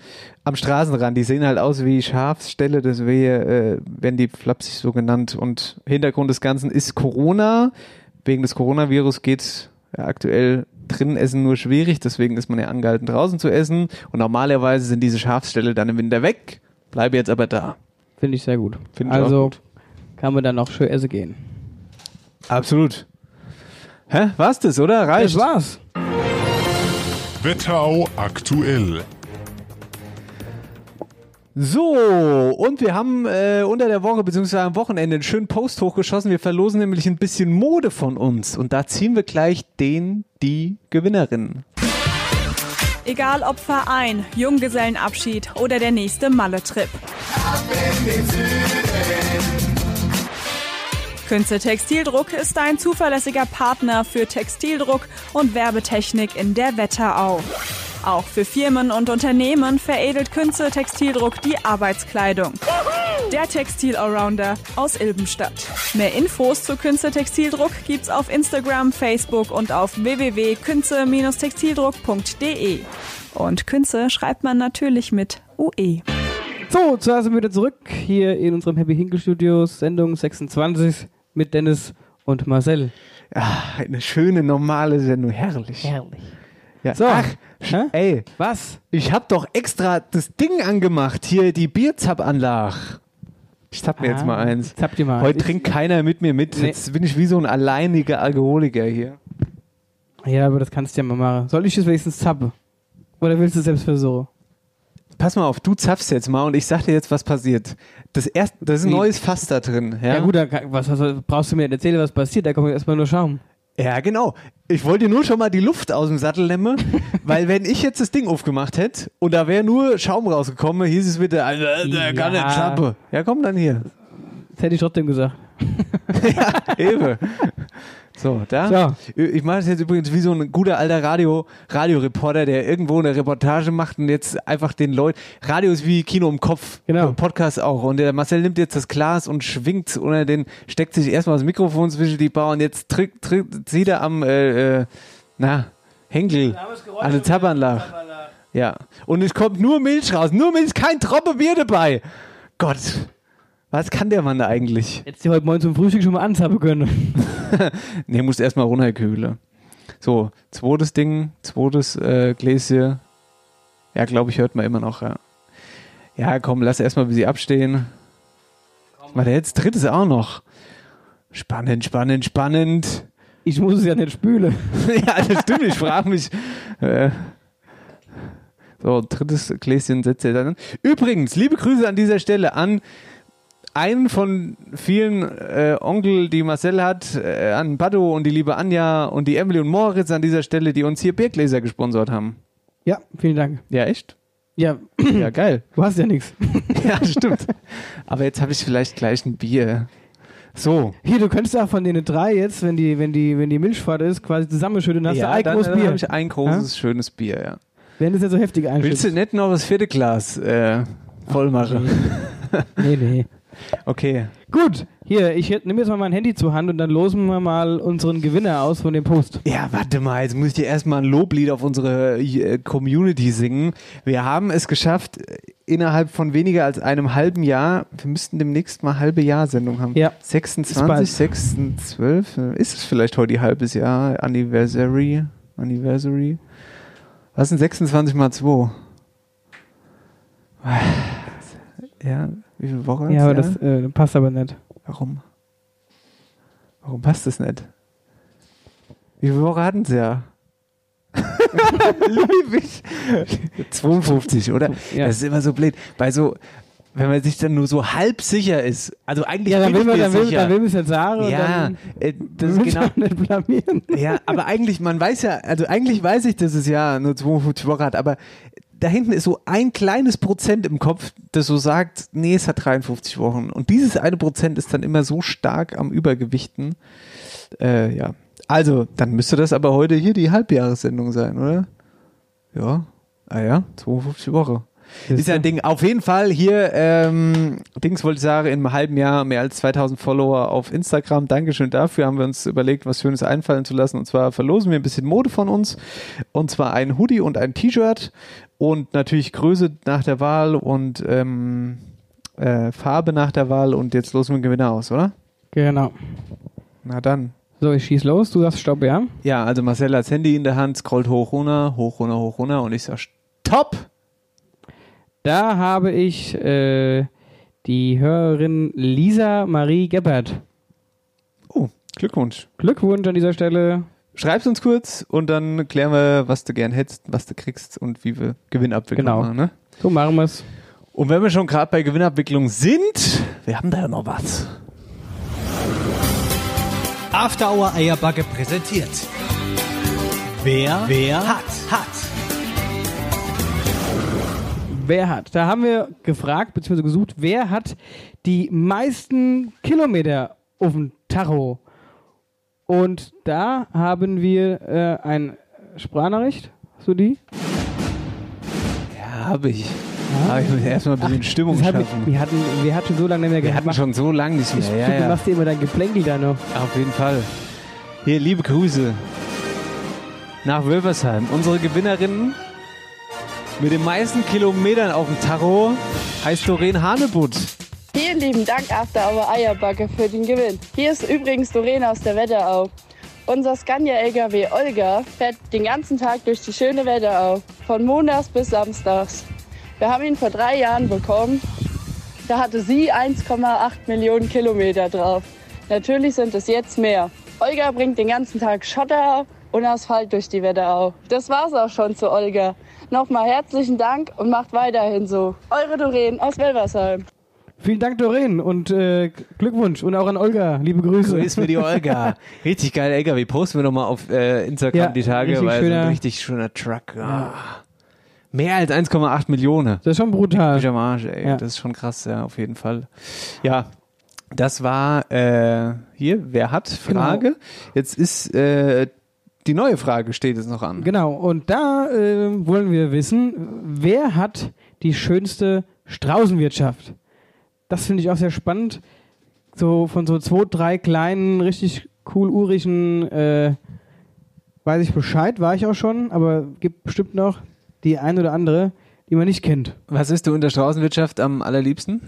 Speaker 4: am Straßenrand, die sehen halt aus wie Schafsställe, deswegen äh, werden die flapsig so genannt. Und Hintergrund des Ganzen ist Corona. Wegen des Coronavirus geht ja, aktuell drinnen essen nur schwierig, deswegen ist man ja angehalten, draußen zu essen. Und normalerweise sind diese Schafsställe dann im Winter weg, bleibe jetzt aber da.
Speaker 3: Finde ich sehr gut.
Speaker 4: Finde ich
Speaker 3: also
Speaker 4: auch gut.
Speaker 3: kann man dann auch schön essen gehen.
Speaker 4: Absolut. Hä? War's das, oder? Reicht.
Speaker 3: Das war's.
Speaker 6: Wetterau aktuell.
Speaker 4: So, und wir haben äh, unter der Woche bzw. am Wochenende einen schönen Post hochgeschossen. Wir verlosen nämlich ein bisschen Mode von uns und da ziehen wir gleich den, die Gewinnerin.
Speaker 1: Egal ob Verein, Junggesellenabschied oder der nächste Malle-Trip. Künze Textildruck ist ein zuverlässiger Partner für Textildruck und Werbetechnik in der Wetterau. Auch für Firmen und Unternehmen veredelt Künze Textildruck die Arbeitskleidung. Der Textil-Allrounder aus Ilbenstadt. Mehr Infos zu Künze Textildruck gibt's auf Instagram, Facebook und auf www.künze-textildruck.de. Und Künze schreibt man natürlich mit E. UE.
Speaker 3: So, zuerst sind wir wieder zurück hier in unserem Happy Hinkel Studios, Sendung 26 mit Dennis und Marcel.
Speaker 4: Ach, eine schöne, normale Sendung. Herrlich.
Speaker 3: Herrlich.
Speaker 4: Ja.
Speaker 3: So.
Speaker 4: Ach,
Speaker 3: Hä?
Speaker 4: ey,
Speaker 3: Was?
Speaker 4: ich hab doch extra das Ding angemacht. Hier, die Bierzapfanlage. Ich tapp mir jetzt
Speaker 3: Ah,
Speaker 4: mal eins.
Speaker 3: jetzt habt ihr mal.
Speaker 4: Heute
Speaker 3: Ich-
Speaker 4: trinkt keiner mit mir mit.
Speaker 3: Nee.
Speaker 4: Jetzt bin ich wie so ein alleiniger Alkoholiker hier.
Speaker 3: Ja, aber das kannst du ja mal machen. Soll ich das wenigstens zappen? Oder willst du es selbst versuchen?
Speaker 4: Pass mal auf, du zapfst jetzt mal und ich sag dir jetzt, was passiert. Das, erste, das ist ein
Speaker 3: Wie?
Speaker 4: neues Fass da drin. Ja,
Speaker 3: Ja, gut, dann kann, was, was brauchst du mir nicht erzählen, was passiert? Da kommt jetzt erstmal nur Schaum.
Speaker 4: Ja, genau. Ich wollte nur schon mal die Luft aus dem Sattel
Speaker 3: (laughs)
Speaker 4: nehmen, weil wenn ich jetzt das Ding aufgemacht hätte und da wäre nur Schaum rausgekommen, hieß es wieder, Alter, der kann
Speaker 3: Ja.
Speaker 4: nicht schappen. Ja, komm dann hier.
Speaker 3: Das hätte ich trotzdem gesagt.
Speaker 4: Ewe. So, da. Ich mache das jetzt übrigens wie so ein guter alter Radio, Radioreporter, der irgendwo eine Reportage macht und jetzt einfach den Leuten. Radio ist wie Kino im Kopf.
Speaker 3: Genau.
Speaker 4: Podcast auch. Und der Marcel nimmt jetzt das Glas und schwingt unter den, steckt sich erstmal das Mikrofon zwischen die Bauern. Jetzt trick, trick, zieht er am, äh, äh, na, Henkel. An den Tabanlach. Ja. Und es kommt nur Milch raus. Nur Milch, kein Tropfen Bier dabei. Gott. Was kann der Mann da eigentlich?
Speaker 3: Hättest du heute Morgen zum Frühstück schon mal anzappen können. (laughs)
Speaker 4: Nee, musst erstmal runterkühlen. So, zweites Ding, zweites äh, Gläschen. Ja, glaube ich, hört man immer noch. Ja, ja komm, lass erstmal bis sie abstehen. War der jetzt drittes auch noch? Spannend, spannend, spannend.
Speaker 3: Ich muss es ja nicht spülen.
Speaker 4: (laughs) ja, das stimmt, ich frage mich. Äh, so, drittes Gläschen setzt er dann an. Übrigens, liebe Grüße an dieser Stelle an einen von vielen äh, Onkel, die Marcel hat, äh, an Bado und die liebe Anja und die Emily und Moritz an dieser Stelle, die uns hier Biergläser gesponsert haben.
Speaker 3: Ja, vielen Dank.
Speaker 4: Ja, echt?
Speaker 3: Ja,
Speaker 4: Ja, geil.
Speaker 3: du hast ja nichts.
Speaker 4: (laughs) ja, stimmt. Aber jetzt habe ich vielleicht gleich ein Bier. So.
Speaker 3: Hier, du könntest auch von den drei jetzt, wenn die, wenn die, wenn die Milchfahrt ist, quasi zusammenschütteln, dann hast du ein
Speaker 4: dann,
Speaker 3: großes
Speaker 4: dann
Speaker 3: Bier.
Speaker 4: habe ich ein großes, schönes Bier, ja.
Speaker 3: Wenn das ja so heftig
Speaker 4: Willst du
Speaker 3: einschüttet.
Speaker 4: nicht noch das vierte Glas äh, voll machen?
Speaker 3: Nee,
Speaker 4: (laughs)
Speaker 3: nee.
Speaker 4: Okay.
Speaker 3: Gut, hier, ich hätt- nimm jetzt mal mein Handy zur Hand und dann losen wir mal unseren Gewinner aus von dem Post.
Speaker 4: Ja, warte mal, jetzt müsst ihr erstmal ein Loblied auf unsere äh, Community singen. Wir haben es geschafft, äh, innerhalb von weniger als einem halben Jahr, wir müssten demnächst mal halbe Jahr Sendung haben.
Speaker 3: Ja. Ist bald.
Speaker 4: 26, 6, 12, äh, ist es vielleicht heute die halbes Jahr, Anniversary, Anniversary. Was sind 26 mal 2? (sighs) Ja, wie viele Wochen?
Speaker 3: Ja, aber
Speaker 4: hat's
Speaker 3: das äh, passt aber
Speaker 4: (laughs)
Speaker 3: nicht.
Speaker 4: Warum? Warum passt das nicht? Wie viele Wochen hatten sie ja? Liebig. 52, oder?
Speaker 3: Ja.
Speaker 4: Das ist immer so blöd. Bei so, wenn man sich dann nur so halb sicher ist. Also eigentlich
Speaker 3: Ja, dann will
Speaker 4: bin ich
Speaker 3: man,
Speaker 4: mir
Speaker 3: dann will,
Speaker 4: sicher.
Speaker 3: dann will man es jetzt sagen und
Speaker 4: ja,
Speaker 3: dann
Speaker 4: äh, das
Speaker 3: (laughs)
Speaker 4: ist
Speaker 3: willst du
Speaker 4: (laughs) genau.
Speaker 3: auch nicht blamieren.
Speaker 4: Ja, aber eigentlich, man weiß ja, also eigentlich weiß ich, dass es ja nur 52 Wochen hat, aber da hinten ist so ein kleines Prozent im Kopf, das so sagt, nee, es hat 53 Wochen. Und dieses eine Prozent ist dann immer so stark am Übergewichten. Äh, ja, Also, dann müsste das aber heute hier die Halbjahressendung sein, oder? Ja. Ah ja, 52 Woche. Ist ja ein Ding. Auf jeden Fall hier, ähm, Dings wollte ich sagen, in einem halben Jahr mehr als 2000 Follower auf Instagram. Dankeschön dafür. Haben wir uns überlegt, was Schönes einfallen zu lassen. Und zwar verlosen wir ein bisschen Mode von uns. Und zwar ein Hoodie und ein T-Shirt. Und natürlich Größe nach der Wahl und ähm, äh, Farbe nach der Wahl. Und jetzt losen wir einen Gewinner aus, oder?
Speaker 3: Genau.
Speaker 4: Na dann.
Speaker 3: So, ich schieß los. Du sagst Stopp, ja?
Speaker 4: Ja, also Marcel hat das Handy in der Hand, scrollt hoch, runter, hoch, runter, hoch, runter. Und ich sag, top!
Speaker 3: Da habe ich äh, die Hörerin Lisa Marie Gebhardt.
Speaker 4: Oh, Glückwunsch.
Speaker 3: Glückwunsch an dieser Stelle.
Speaker 4: Schreib's uns kurz und dann klären wir, was du gern hättest, was du kriegst und wie wir Gewinnabwicklung
Speaker 3: Genau.
Speaker 4: machen. Ne?
Speaker 3: So machen wir's.
Speaker 4: Und wenn wir schon gerade bei Gewinnabwicklung sind, wir haben da ja noch was.
Speaker 7: After Hour Eierbacke präsentiert. Wer, wer hat, hat.
Speaker 3: Wer hat? Da haben wir gefragt bzw. gesucht, wer hat die meisten Kilometer auf dem Tacho? Und da haben wir äh, eine Sprachnachricht. Hast du die?
Speaker 4: Ja, hab ich. Aber ich muss erstmal ein bisschen Stimmung
Speaker 3: Das hat mich,
Speaker 4: schaffen.
Speaker 3: wir, hatten, wir hatten so lange nicht mehr
Speaker 4: Oh, Wir hatten
Speaker 3: gemacht.
Speaker 4: schon so lange nicht
Speaker 3: ich,
Speaker 4: mehr.
Speaker 3: du
Speaker 4: Ja,
Speaker 3: machst dir immer dein Geplänkel da noch.
Speaker 4: ja. Auf jeden Fall. Hier, liebe Grüße nach Wölversheim. Unsere Gewinnerinnen mit den meisten Kilometern auf dem Tacho heißt Doreen Hanebutt.
Speaker 8: Vielen lieben Dank, After Hour Eierbacke, für den Gewinn. Hier ist übrigens Doreen aus der Wetterau. Unser Scania-LKW Olga fährt den ganzen Tag durch die schöne Wetterau, von montags bis samstags. Wir haben ihn vor drei Jahren bekommen. Da hatte sie 1,8 Millionen Kilometer drauf. Natürlich sind es jetzt mehr. Olga bringt den ganzen Tag Schotter und Asphalt durch die Wetterau. Das war's auch schon zu Olga. Nochmal herzlichen Dank und macht weiterhin so. Eure Doreen aus Welversheim.
Speaker 3: Vielen Dank, Doreen, und äh, Glückwunsch. Und auch an Olga. Liebe Grüße.
Speaker 4: Grüß mir die Olga. Richtig geil, LKW. Posten wir nochmal auf äh, Instagram
Speaker 3: Ja,
Speaker 4: die Tage,
Speaker 3: richtig
Speaker 4: weil so ein
Speaker 3: schöner-
Speaker 4: richtig schöner Truck. Ah. Mehr als 1,8 Millionen.
Speaker 3: Das ist schon
Speaker 4: Mich
Speaker 3: brutal.
Speaker 4: am Arsch, ey.
Speaker 3: Ja.
Speaker 4: Das ist schon krass, ja, auf jeden Fall. Ja, das war äh, hier, wer hat Frage? Jetzt ist äh, die neue Frage, steht es noch an.
Speaker 3: Genau, und da äh, wollen wir wissen, wer hat die schönste Straußenwirtschaft? Das finde ich auch sehr spannend. So von so zwei, drei kleinen, richtig cool urigen, äh, weiß ich Bescheid, war ich auch schon, aber gibt bestimmt noch die ein oder andere, die man nicht kennt.
Speaker 4: Was isst du in der Straußenwirtschaft am allerliebsten?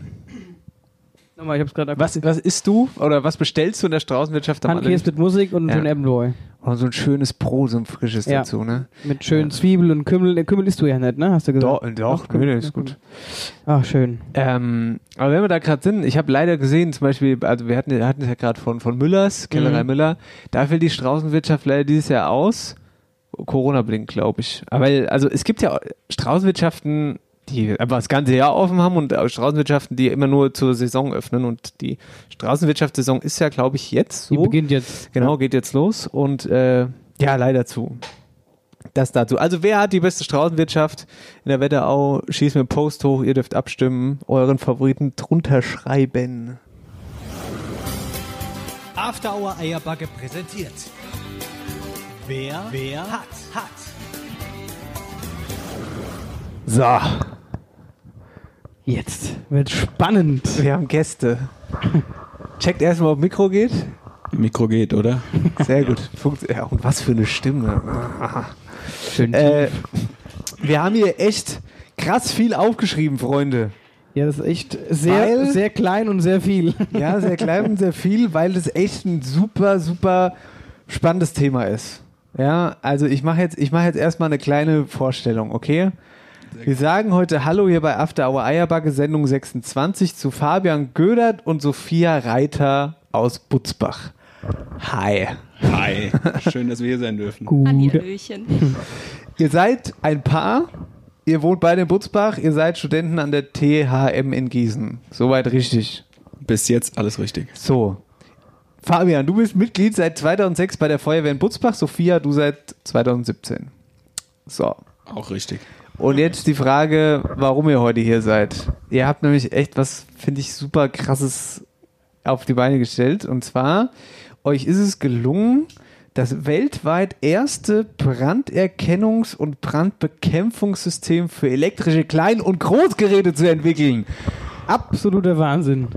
Speaker 3: Nochmal, ich hab's gerade
Speaker 4: Was, was isst du oder was bestellst du in der Straußenwirtschaft am
Speaker 3: Handkäse
Speaker 4: allerliebsten?
Speaker 3: mit Musik und
Speaker 4: Ja.
Speaker 3: John Appleboy.
Speaker 4: Oh, so ein schönes Brot, so ein frisches
Speaker 3: Ja.
Speaker 4: dazu, ne?
Speaker 3: Mit schönen Zwiebeln und Kümmel. Äh, Kümmel isst du ja nicht, ne? Hast du gesagt?
Speaker 4: Doch, doch,
Speaker 3: Kümmel,
Speaker 4: nee, ist gut.
Speaker 3: Ach, schön.
Speaker 4: Ähm, aber wenn wir da gerade sind, ich habe leider gesehen, zum Beispiel, also wir hatten, wir hatten es ja gerade von, von Müllers, Kellerei
Speaker 3: Mhm.
Speaker 4: Müller, da fällt die Straußenwirtschaft leider dieses Jahr aus. Corona blinkt, glaube ich. Aber weil, also es gibt ja Straußenwirtschaften, die aber das ganze Jahr offen haben und auch Straußenwirtschaften, die immer nur zur Saison öffnen. Und die Straußenwirtschaftssaison ist ja, glaube ich, jetzt
Speaker 3: Die
Speaker 4: so.
Speaker 3: beginnt jetzt.
Speaker 4: Genau, geht jetzt los und äh, ja, leider zu. Das dazu. Also wer hat die beste Straußenwirtschaft in der Wetterau? Schießt mir einen Post hoch, ihr dürft abstimmen, euren Favoriten drunter schreiben.
Speaker 7: After Hour Eierbacke präsentiert. Wer, wer hat, hat.
Speaker 4: So,
Speaker 3: Jetzt wird spannend.
Speaker 4: wir haben Gäste. Checkt erstmal, ob Mikro geht.
Speaker 9: Mikro geht, oder?
Speaker 4: Sehr gut. Funkt ja, und was für eine Stimme.
Speaker 3: Schön.
Speaker 4: Äh, wir haben hier echt krass viel aufgeschrieben, Freunde.
Speaker 3: ja, das ist echt sehr,
Speaker 4: Weil-
Speaker 3: sehr klein und sehr viel. (laughs)
Speaker 4: Ja, sehr klein und sehr viel, weil das echt ein super, super spannendes Thema ist. Ja, also ich mache jetzt, ich mache jetzt erstmal eine kleine Vorstellung, okay? Wir sagen heute Hallo hier bei After Hour Eierbacke, Sendung 26 zu Fabian Gödert und Sophia Reiter aus Butzbach. Hi.
Speaker 9: Hi. Schön, dass wir hier sein dürfen.
Speaker 3: Gut.
Speaker 8: Hallöchen.
Speaker 4: Ihr seid ein Paar, ihr wohnt beide in Butzbach, ihr seid Studenten an der THM in Gießen. Soweit richtig.
Speaker 9: Bis jetzt alles richtig.
Speaker 4: So. Fabian, du bist Mitglied seit 2006 bei der Feuerwehr in Butzbach. Sophia, du seit 2017. So.
Speaker 9: Auch richtig.
Speaker 4: Und jetzt die Frage, warum ihr heute hier seid. Ihr habt nämlich echt was, finde ich, super krasses auf die Beine gestellt. Und zwar, euch ist es gelungen, das weltweit erste Branderkennungs- und Brandbekämpfungssystem für elektrische Klein- und Großgeräte zu entwickeln.
Speaker 3: Absoluter Wahnsinn.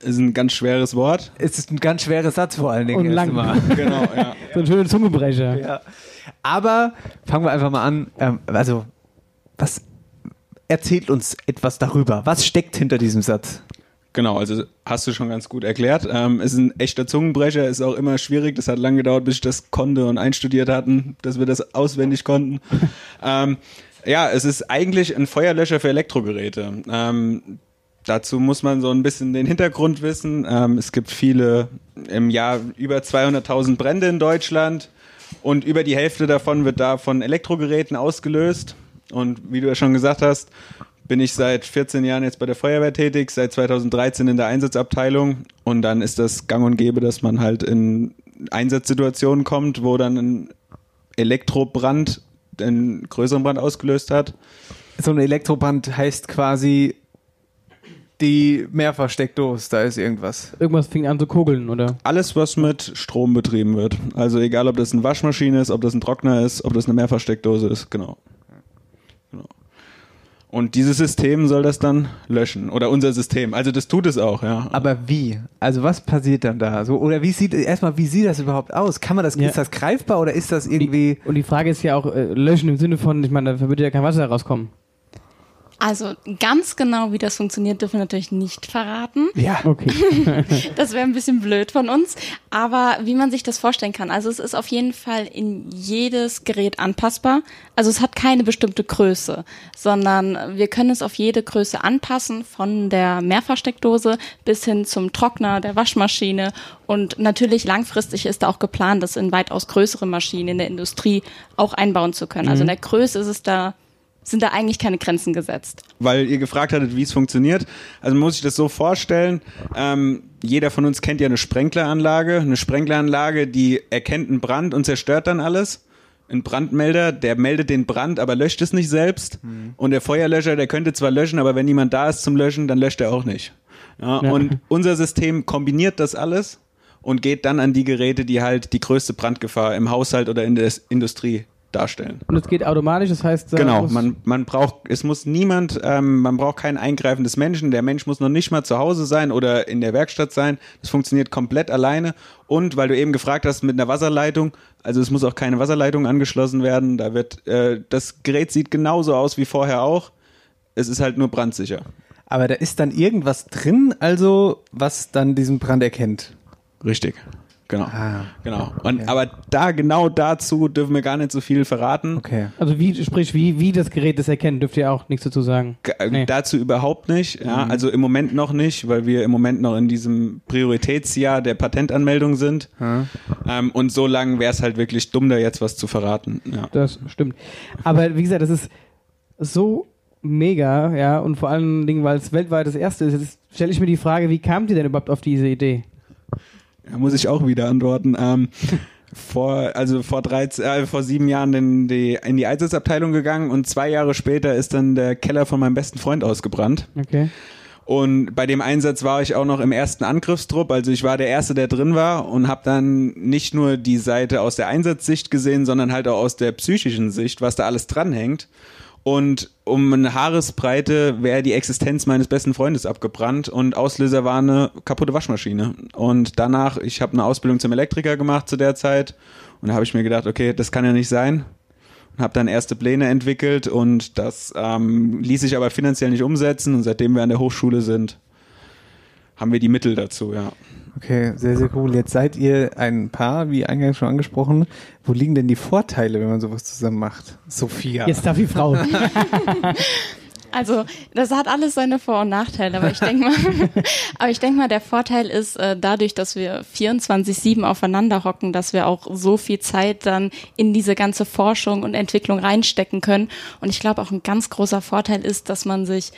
Speaker 9: Ist ein ganz schweres Wort.
Speaker 4: Es ist ein ganz schwerer Satz vor allen Dingen.
Speaker 3: Und lang.
Speaker 4: erstmal.
Speaker 9: Genau, ja.
Speaker 3: So ein schöner Zungebrecher.
Speaker 4: Ja. Aber fangen wir einfach mal an. Ähm, also, was erzählt uns etwas darüber? Was steckt hinter diesem Satz?
Speaker 9: (laughs) Genau, also hast du schon ganz gut erklärt. Ähm, ist ein echter Zungenbrecher, ist auch immer schwierig. Das hat lange gedauert, bis ich das konnte und einstudiert hatten, dass wir das auswendig konnten. ähm, ja, es ist eigentlich ein Feuerlöscher für Elektrogeräte. Ähm, dazu muss man so ein bisschen den Hintergrund wissen. Ähm, es gibt viele, im Jahr über 200.000 Brände in Deutschland und über die Hälfte davon wird da von Elektrogeräten ausgelöst. Und wie du ja schon gesagt hast, bin ich seit 14 Jahren jetzt bei der Feuerwehr tätig, seit 2013 in der Einsatzabteilung und dann ist das gang und gäbe, dass man halt in Einsatzsituationen kommt, wo dann ein Elektrobrand einen größeren Brand ausgelöst hat.
Speaker 4: So ein Elektroband heißt quasi die Mehrversteckdose, da ist irgendwas.
Speaker 3: Irgendwas fing an zu kugeln, oder?
Speaker 9: Alles, was mit Strom betrieben wird. Also egal, ob das eine Waschmaschine ist, ob das ein Trockner ist, ob das eine Mehrversteckdose ist, genau. genau. Und dieses System soll das dann löschen. Oder unser System. Also das tut es auch, ja.
Speaker 4: Aber wie? Also was passiert dann da? So, oder wie sieht erstmal, wie sieht das überhaupt aus? Kann man das,
Speaker 3: Ja.
Speaker 4: ist das greifbar oder ist das irgendwie.
Speaker 3: Und die Frage ist ja auch, äh, löschen im Sinne von, ich meine, da würde ja kein Wasser rauskommen.
Speaker 10: Also ganz genau, wie das funktioniert, dürfen wir natürlich nicht verraten.
Speaker 4: Ja.
Speaker 3: Okay.
Speaker 10: Das wäre ein bisschen blöd von uns. Aber wie man sich das vorstellen kann, also es ist auf jeden Fall in jedes Gerät anpassbar. Also es hat keine bestimmte Größe, sondern wir können es auf jede Größe anpassen, von der Mehrversteckdose bis hin zum Trockner, der Waschmaschine. Und natürlich langfristig ist da auch geplant, das in weitaus größere Maschinen in der Industrie auch einbauen zu können. Also in der Größe ist es da, sind da eigentlich keine Grenzen gesetzt.
Speaker 9: weil ihr gefragt hattet, wie es funktioniert. Also muss ich das so vorstellen, ähm, jeder von uns kennt ja eine Sprenkleranlage. Eine Sprenkleranlage, die erkennt einen Brand und zerstört dann alles. Ein Brandmelder, der meldet den Brand, aber löscht es nicht selbst. Und der Feuerlöscher, der könnte zwar löschen, aber wenn niemand da ist zum Löschen, dann löscht er auch nicht. Ja,
Speaker 3: Ja.
Speaker 9: Und unser System kombiniert das alles und geht dann an die Geräte, die halt die größte Brandgefahr im Haushalt oder in der S- Industrie darstellen.
Speaker 3: Und es geht automatisch, das heißt. da
Speaker 9: Genau,
Speaker 3: muss-
Speaker 9: man, man braucht, es muss niemand, ähm, man braucht kein Eingreifen des Menschen. Der Mensch muss noch nicht mal zu Hause sein oder in der Werkstatt sein. Das funktioniert komplett alleine. Und weil du eben gefragt hast, mit einer Wasserleitung, also es muss auch keine Wasserleitung angeschlossen werden. Da wird, äh, das Gerät sieht genauso aus wie vorher auch. Es ist halt nur brandsicher.
Speaker 4: Aber da ist dann irgendwas drin, also was dann diesen Brand erkennt.
Speaker 9: Richtig. Genau.
Speaker 3: Ah,
Speaker 9: genau. Und, Aber da, genau dazu dürfen wir gar nicht so viel verraten.
Speaker 4: Okay.
Speaker 3: Also wie, sprich, wie, wie das Gerät das erkennt, dürft ihr auch nichts dazu sagen.
Speaker 9: G- äh,
Speaker 3: Nee.
Speaker 9: Dazu überhaupt nicht. Ja, Also im Moment noch nicht, weil wir im Moment noch in diesem Prioritätsjahr der Patentanmeldung sind. Ähm, und so lange wäre es halt wirklich dumm, da jetzt was zu verraten. Ja.
Speaker 3: Das stimmt. Aber wie gesagt, das ist so mega, ja, und vor allen Dingen, weil es weltweit das erste ist, jetzt stelle ich mir die Frage, wie kamt ihr denn überhaupt auf diese Idee?
Speaker 9: Da muss ich auch wieder antworten. (laughs) Ähm, vor, also vor, 13, äh, vor sieben Jahren in die, in die Einsatzabteilung gegangen und zwei Jahre später ist dann der Keller von meinem besten Freund ausgebrannt.
Speaker 3: Okay.
Speaker 9: Und bei dem Einsatz war ich auch noch im ersten Angriffstrupp, also ich war der Erste, der drin war und habe dann nicht nur die Seite aus der Einsatzsicht gesehen, sondern halt auch aus der psychischen Sicht, was da alles dranhängt. Und um eine Haaresbreite wäre die Existenz meines besten Freundes abgebrannt und Auslöser war eine kaputte Waschmaschine. Und danach, ich habe eine Ausbildung zum Elektriker gemacht zu der Zeit und da habe ich mir gedacht, okay, das kann ja nicht sein und habe dann erste Pläne entwickelt und das ähm, ließ sich aber finanziell nicht umsetzen und seitdem wir an der Hochschule sind, haben wir die Mittel dazu, ja.
Speaker 4: Okay, sehr, sehr cool. Jetzt seid ihr ein Paar, wie eingangs schon angesprochen. Wo liegen denn die Vorteile, wenn man sowas zusammen macht? Sophia.
Speaker 3: Jetzt darf die Frau.
Speaker 10: Also, das hat alles seine Vor- und Nachteile, aber ich denke mal, aber ich denke mal, der Vorteil ist äh, dadurch, dass wir 24/7 aufeinander hocken, dass wir auch so viel Zeit dann in diese ganze Forschung und Entwicklung reinstecken können und ich glaube auch ein ganz großer Vorteil ist, dass man sich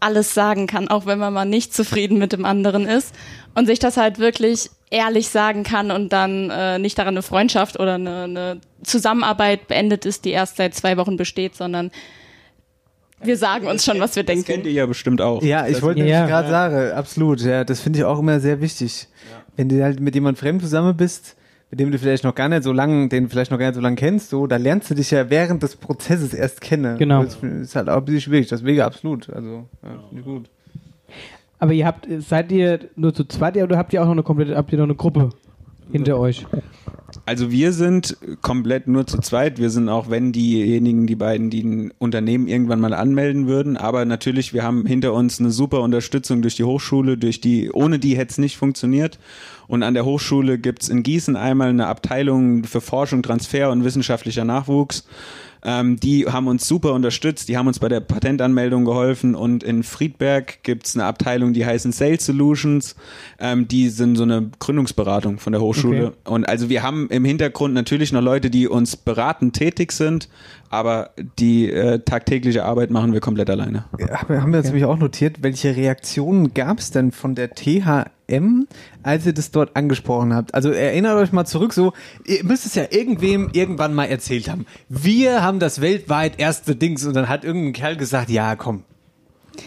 Speaker 10: alles sagen kann, auch wenn man mal nicht zufrieden mit dem anderen ist und sich das halt wirklich ehrlich sagen kann und dann äh, nicht daran eine Freundschaft oder eine, eine Zusammenarbeit beendet ist, die erst seit zwei Wochen besteht, sondern wir sagen uns schon, was wir
Speaker 9: Das kennt ihr
Speaker 10: denken.
Speaker 9: ja bestimmt auch.
Speaker 4: Ja, ich wollte
Speaker 3: Ja,
Speaker 4: nämlich
Speaker 3: ja.
Speaker 4: gerade sagen, absolut. Ja, das finde ich auch immer sehr wichtig. Wenn du halt mit jemand fremd zusammen bist, mit dem du vielleicht noch gar nicht so lange, den du vielleicht noch gar nicht so lange kennst, so, da lernst du dich ja während des Prozesses erst kennen.
Speaker 3: Genau.
Speaker 4: Das ist halt auch ein bisschen schwierig, deswegen absolut. Also, ja, finde ich gut.
Speaker 3: Aber ihr habt, seid ihr nur zu zweit, oder habt ihr auch noch eine komplette, habt ihr noch eine Gruppe hinter euch?
Speaker 9: Also wir sind komplett nur zu zweit. Wir sind auch, wenn diejenigen, die beiden, die ein Unternehmen irgendwann mal anmelden würden. Aber natürlich, wir haben hinter uns eine super Unterstützung durch die Hochschule, durch die, ohne die hätte es nicht funktioniert. Und an der Hochschule gibt's in Gießen einmal eine Abteilung für Forschung, Transfer und wissenschaftlicher Nachwuchs. Ähm, die haben uns super unterstützt, die haben uns bei der Patentanmeldung geholfen und in Friedberg gibt's eine Abteilung, die heißen Sales Solutions. Ähm, die sind so eine Gründungsberatung von der Hochschule.
Speaker 3: Okay.
Speaker 9: Und also wir haben im Hintergrund natürlich noch Leute, die uns beratend tätig sind, aber die äh, tagtägliche Arbeit machen wir komplett alleine.
Speaker 4: Haben, haben wir uns nämlich auch notiert, welche Reaktionen gab es denn von der THM, als ihr das dort angesprochen habt? Also erinnert euch mal zurück, so, ihr müsst es ja irgendwem irgendwann mal erzählt haben. Wir haben das weltweit erste Dings und dann hat irgendein Kerl gesagt, ja komm,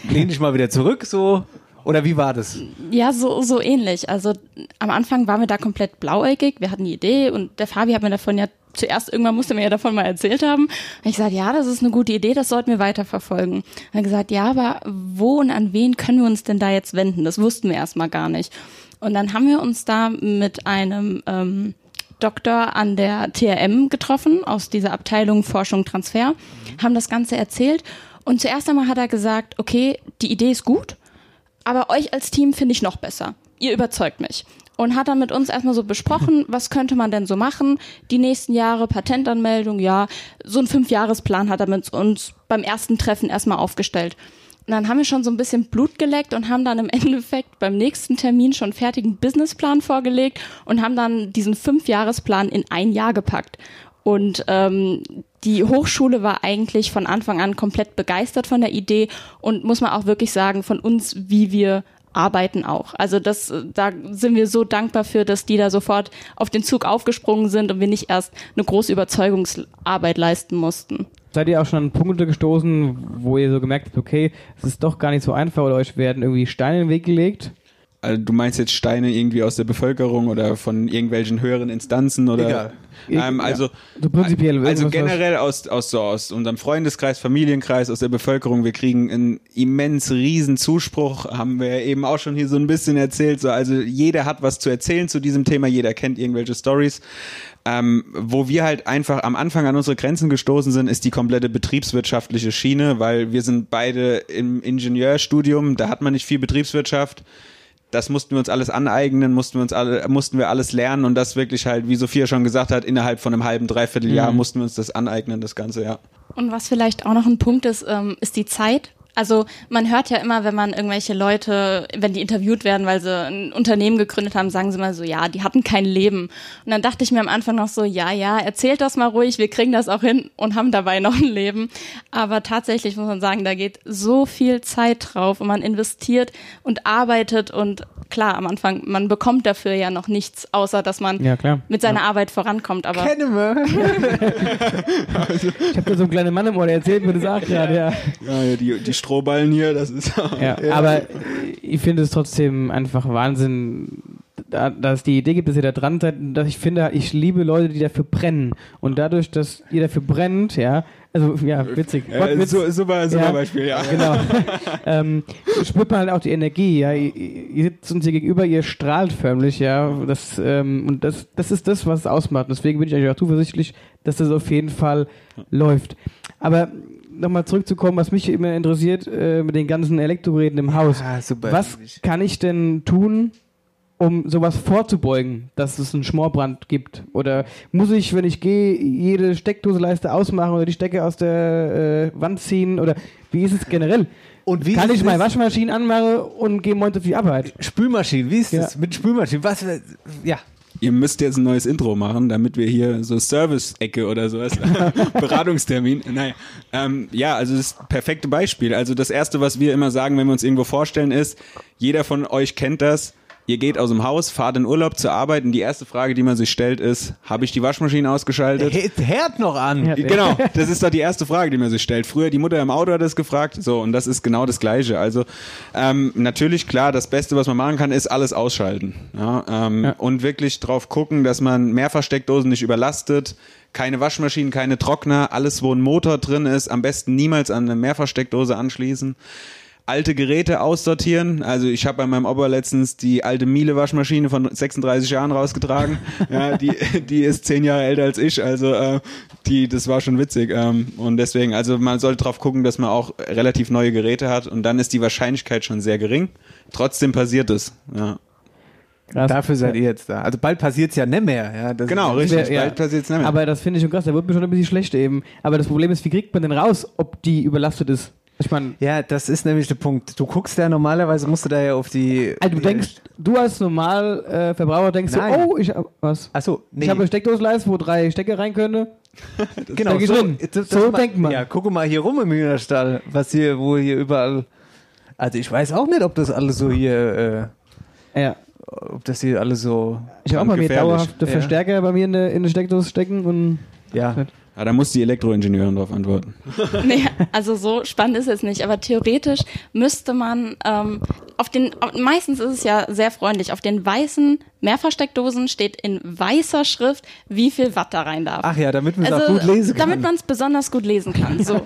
Speaker 4: lehn dich mal wieder zurück, so. Oder wie war das?
Speaker 10: Ja, so, so ähnlich. Also am Anfang waren wir da komplett blauäugig. Wir hatten die Idee und der Fabi hat mir davon ja zuerst irgendwann musste mir ja davon mal erzählt haben. Und ich sagte, ja, das ist eine gute Idee, das sollten wir weiterverfolgen. Und er hat gesagt, ja, aber wo und an wen können wir uns denn da jetzt wenden? Das wussten wir erstmal gar nicht. Und dann haben wir uns da mit einem ähm, Doktor an der TRM getroffen, aus dieser Abteilung Forschung Transfer, haben das Ganze erzählt. Und zuerst einmal hat er gesagt, okay, die Idee ist gut, aber euch als Team finde ich noch besser. Ihr überzeugt mich. Und hat dann mit uns erstmal so besprochen, was könnte man denn so machen? Die nächsten Jahre, Patentanmeldung, ja. So einen Fünfjahresplan hat er mit uns beim ersten Treffen erstmal aufgestellt. Und dann haben wir schon so ein bisschen Blut geleckt und haben dann im (laughs) Endeffekt beim nächsten Termin schon fertigen Businessplan vorgelegt und haben dann diesen Fünfjahresplan in ein Jahr gepackt. Und ähm, die Hochschule war eigentlich von Anfang an komplett begeistert von der Idee und muss man auch wirklich sagen, von uns, wie wir arbeiten auch. Also das, äh, da sind wir so dankbar für, dass die da sofort auf den Zug aufgesprungen sind und wir nicht erst eine große Überzeugungsarbeit leisten mussten.
Speaker 3: Seid ihr auch schon an Punkte gestoßen, wo ihr so gemerkt habt, okay, es ist doch gar nicht so einfach oder euch werden irgendwie Steine in den Weg gelegt?
Speaker 9: Also du meinst jetzt Steine irgendwie aus der Bevölkerung oder von irgendwelchen höheren Instanzen oder
Speaker 3: Egal.
Speaker 9: Ähm, also
Speaker 3: So prinzipiell.
Speaker 9: also
Speaker 3: irgendwas, was-
Speaker 9: generell aus, aus, so aus unserem Freundeskreis, Familienkreis, aus der Bevölkerung, wir kriegen einen immens riesen Zuspruch, haben wir eben auch schon hier so ein bisschen erzählt. So, also jeder hat was zu erzählen zu diesem Thema, jeder kennt irgendwelche Stories. Ähm, wo wir halt einfach am Anfang an unsere Grenzen gestoßen sind, ist die komplette betriebswirtschaftliche Schiene, weil wir sind beide im Ingenieurstudium, da hat man nicht viel Betriebswirtschaft das mussten wir uns alles aneignen, mussten wir uns alle, mussten wir alles lernen und das wirklich halt, wie Sophia schon gesagt hat, innerhalb von einem halben, dreiviertel Jahr
Speaker 10: Mhm.
Speaker 9: mussten wir uns das aneignen, das Ganze, ja.
Speaker 10: Und was vielleicht auch noch ein Punkt ist, ähm, ist die Zeit. Also man hört ja immer, wenn man irgendwelche Leute, wenn die interviewt werden, weil sie ein Unternehmen gegründet haben, sagen sie mal so, ja, die hatten kein Leben. Und dann dachte ich mir am Anfang noch so, ja, ja, erzählt das mal ruhig, wir kriegen das auch hin und haben dabei noch ein Leben. Aber tatsächlich muss man sagen, da geht so viel Zeit drauf und man investiert und arbeitet und klar, am Anfang, man bekommt dafür ja noch nichts, außer dass man
Speaker 3: Ja, klar.
Speaker 10: mit seiner Arbeit vorankommt. Aber
Speaker 4: Kennen
Speaker 3: Ich habe da so einen kleinen Mann im Ohr, der erzählt mir das auch gerade, ja.
Speaker 9: Ja, ja, die, die Strohballen hier, das ist
Speaker 3: Ja, aber ich finde es trotzdem einfach Wahnsinn, da- dass die Idee gibt, dass ihr da dran seid. und Dass ich finde, ich liebe Leute, die dafür brennen. Und dadurch, dass ihr dafür brennt, ja, also ja, witzig.
Speaker 9: (laughs) Äh,
Speaker 3: Wortwitz.
Speaker 9: so- super- super Beispiel, ja.
Speaker 3: Genau. (laughs) ähm, spürt man halt auch die Energie, ja. Ihr, ihr sitzt uns hier gegenüber, ihr strahlt förmlich, ja. Das, ähm, und das, das ist das, was es ausmacht. Deswegen bin ich euch auch zuversichtlich, dass das auf jeden Fall läuft. Aber nochmal zurückzukommen, was mich immer interessiert, äh, mit den ganzen Elektrogeräten im Haus.
Speaker 4: super.
Speaker 3: Was kann ich denn tun, um sowas vorzubeugen, dass es einen Schmorbrand gibt? Oder muss ich, wenn ich gehe, jede Steckdoseleiste ausmachen oder die Stecke aus der äh, Wand ziehen? Oder wie ist es generell?
Speaker 4: Und wie
Speaker 3: kann
Speaker 4: ist
Speaker 3: ich meine
Speaker 4: es-
Speaker 3: Waschmaschine anmachen und gehe morgens auf die Arbeit?
Speaker 4: Spülmaschine, wie ist
Speaker 3: Ja.
Speaker 4: das mit Spülmaschine? Was, ja.
Speaker 9: Ihr müsst jetzt ein neues Intro machen, damit wir hier so Service-Ecke oder sowas, (laughs) Beratungstermin. Naja, ähm, ja, also das perfekte Beispiel. Also das Erste, was wir immer sagen, wenn wir uns irgendwo vorstellen, ist, jeder von euch kennt das. Ihr Ihr geht aus dem Haus, fahrt in Urlaub zur Arbeit und die erste Frage, die man sich stellt, ist, habe ich die Waschmaschine ausgeschaltet?
Speaker 4: Der Herd noch an.
Speaker 9: Genau, das ist doch die erste Frage, die man sich stellt. Früher die Mutter im Auto hat das gefragt, so und das ist genau das Gleiche. Also ähm, natürlich klar, das Beste, was man machen kann, ist alles ausschalten ja, ähm, und wirklich drauf gucken, dass man Mehrversteckdosen nicht überlastet, keine Waschmaschinen, keine Trockner, alles wo ein Motor drin ist, am besten niemals an eine Mehrversteckdose anschließen. Alte Geräte aussortieren. Also ich habe bei meinem Opa letztens die alte Miele-Waschmaschine von 36 Jahren rausgetragen. ja, die, die ist zehn Jahre älter als ich. Also äh, die, das war schon witzig. Ähm, und deswegen, also man sollte drauf gucken, dass man auch relativ neue Geräte hat. Und dann ist die Wahrscheinlichkeit schon sehr gering. Trotzdem passiert es. Ja.
Speaker 4: Dafür seid ihr jetzt da. Also bald passiert's ja nicht mehr. Ja, das
Speaker 9: Genau,
Speaker 4: ist-
Speaker 9: richtig. Bald passiert's nicht mehr.
Speaker 3: Aber das finde ich schon krass. Da wird mir schon ein bisschen schlecht eben. Aber das Problem ist, wie kriegt man denn raus, ob die überlastet ist? Ich meine,
Speaker 4: Ja, das ist nämlich der Punkt. Du guckst ja normalerweise, musst du da ja auf die.
Speaker 3: also du denkst, du als normal äh, Verbraucher denkst
Speaker 4: Nein.
Speaker 3: so, oh, ich hab was.
Speaker 4: Achso, nee.
Speaker 3: Ich habe eine Steckdosenleiste, wo drei Stecker rein können.
Speaker 4: genau,
Speaker 3: steck ich
Speaker 4: so,
Speaker 3: drin.
Speaker 4: das- das
Speaker 3: So
Speaker 4: ma-
Speaker 3: denkt man.
Speaker 4: Ja, gucke mal hier rum im Hühnerstall, was hier, wo hier überall. Also ich weiß auch nicht, ob das alles so hier.
Speaker 3: Äh, ja.
Speaker 4: Ob das hier alles so.
Speaker 3: Ich habe auch mal mir
Speaker 9: Gefährlich.
Speaker 3: dauerhafte
Speaker 4: Ja.
Speaker 3: Verstärker bei mir in der, in der Steckdose stecken und
Speaker 4: Ja.
Speaker 9: Ah, da muss die Elektroingenieurin drauf antworten.
Speaker 10: (laughs) Nee, also so spannend ist es nicht. Aber theoretisch müsste man ähm, auf den, auf, meistens ist es ja sehr freundlich, auf den weißen Mehrversteckdosen steht in weißer Schrift, wie viel Watt da rein darf.
Speaker 4: Ach ja, damit man es auch gut lesen kann.
Speaker 10: Also, Damit man es besonders gut lesen kann.
Speaker 4: (laughs)
Speaker 10: So.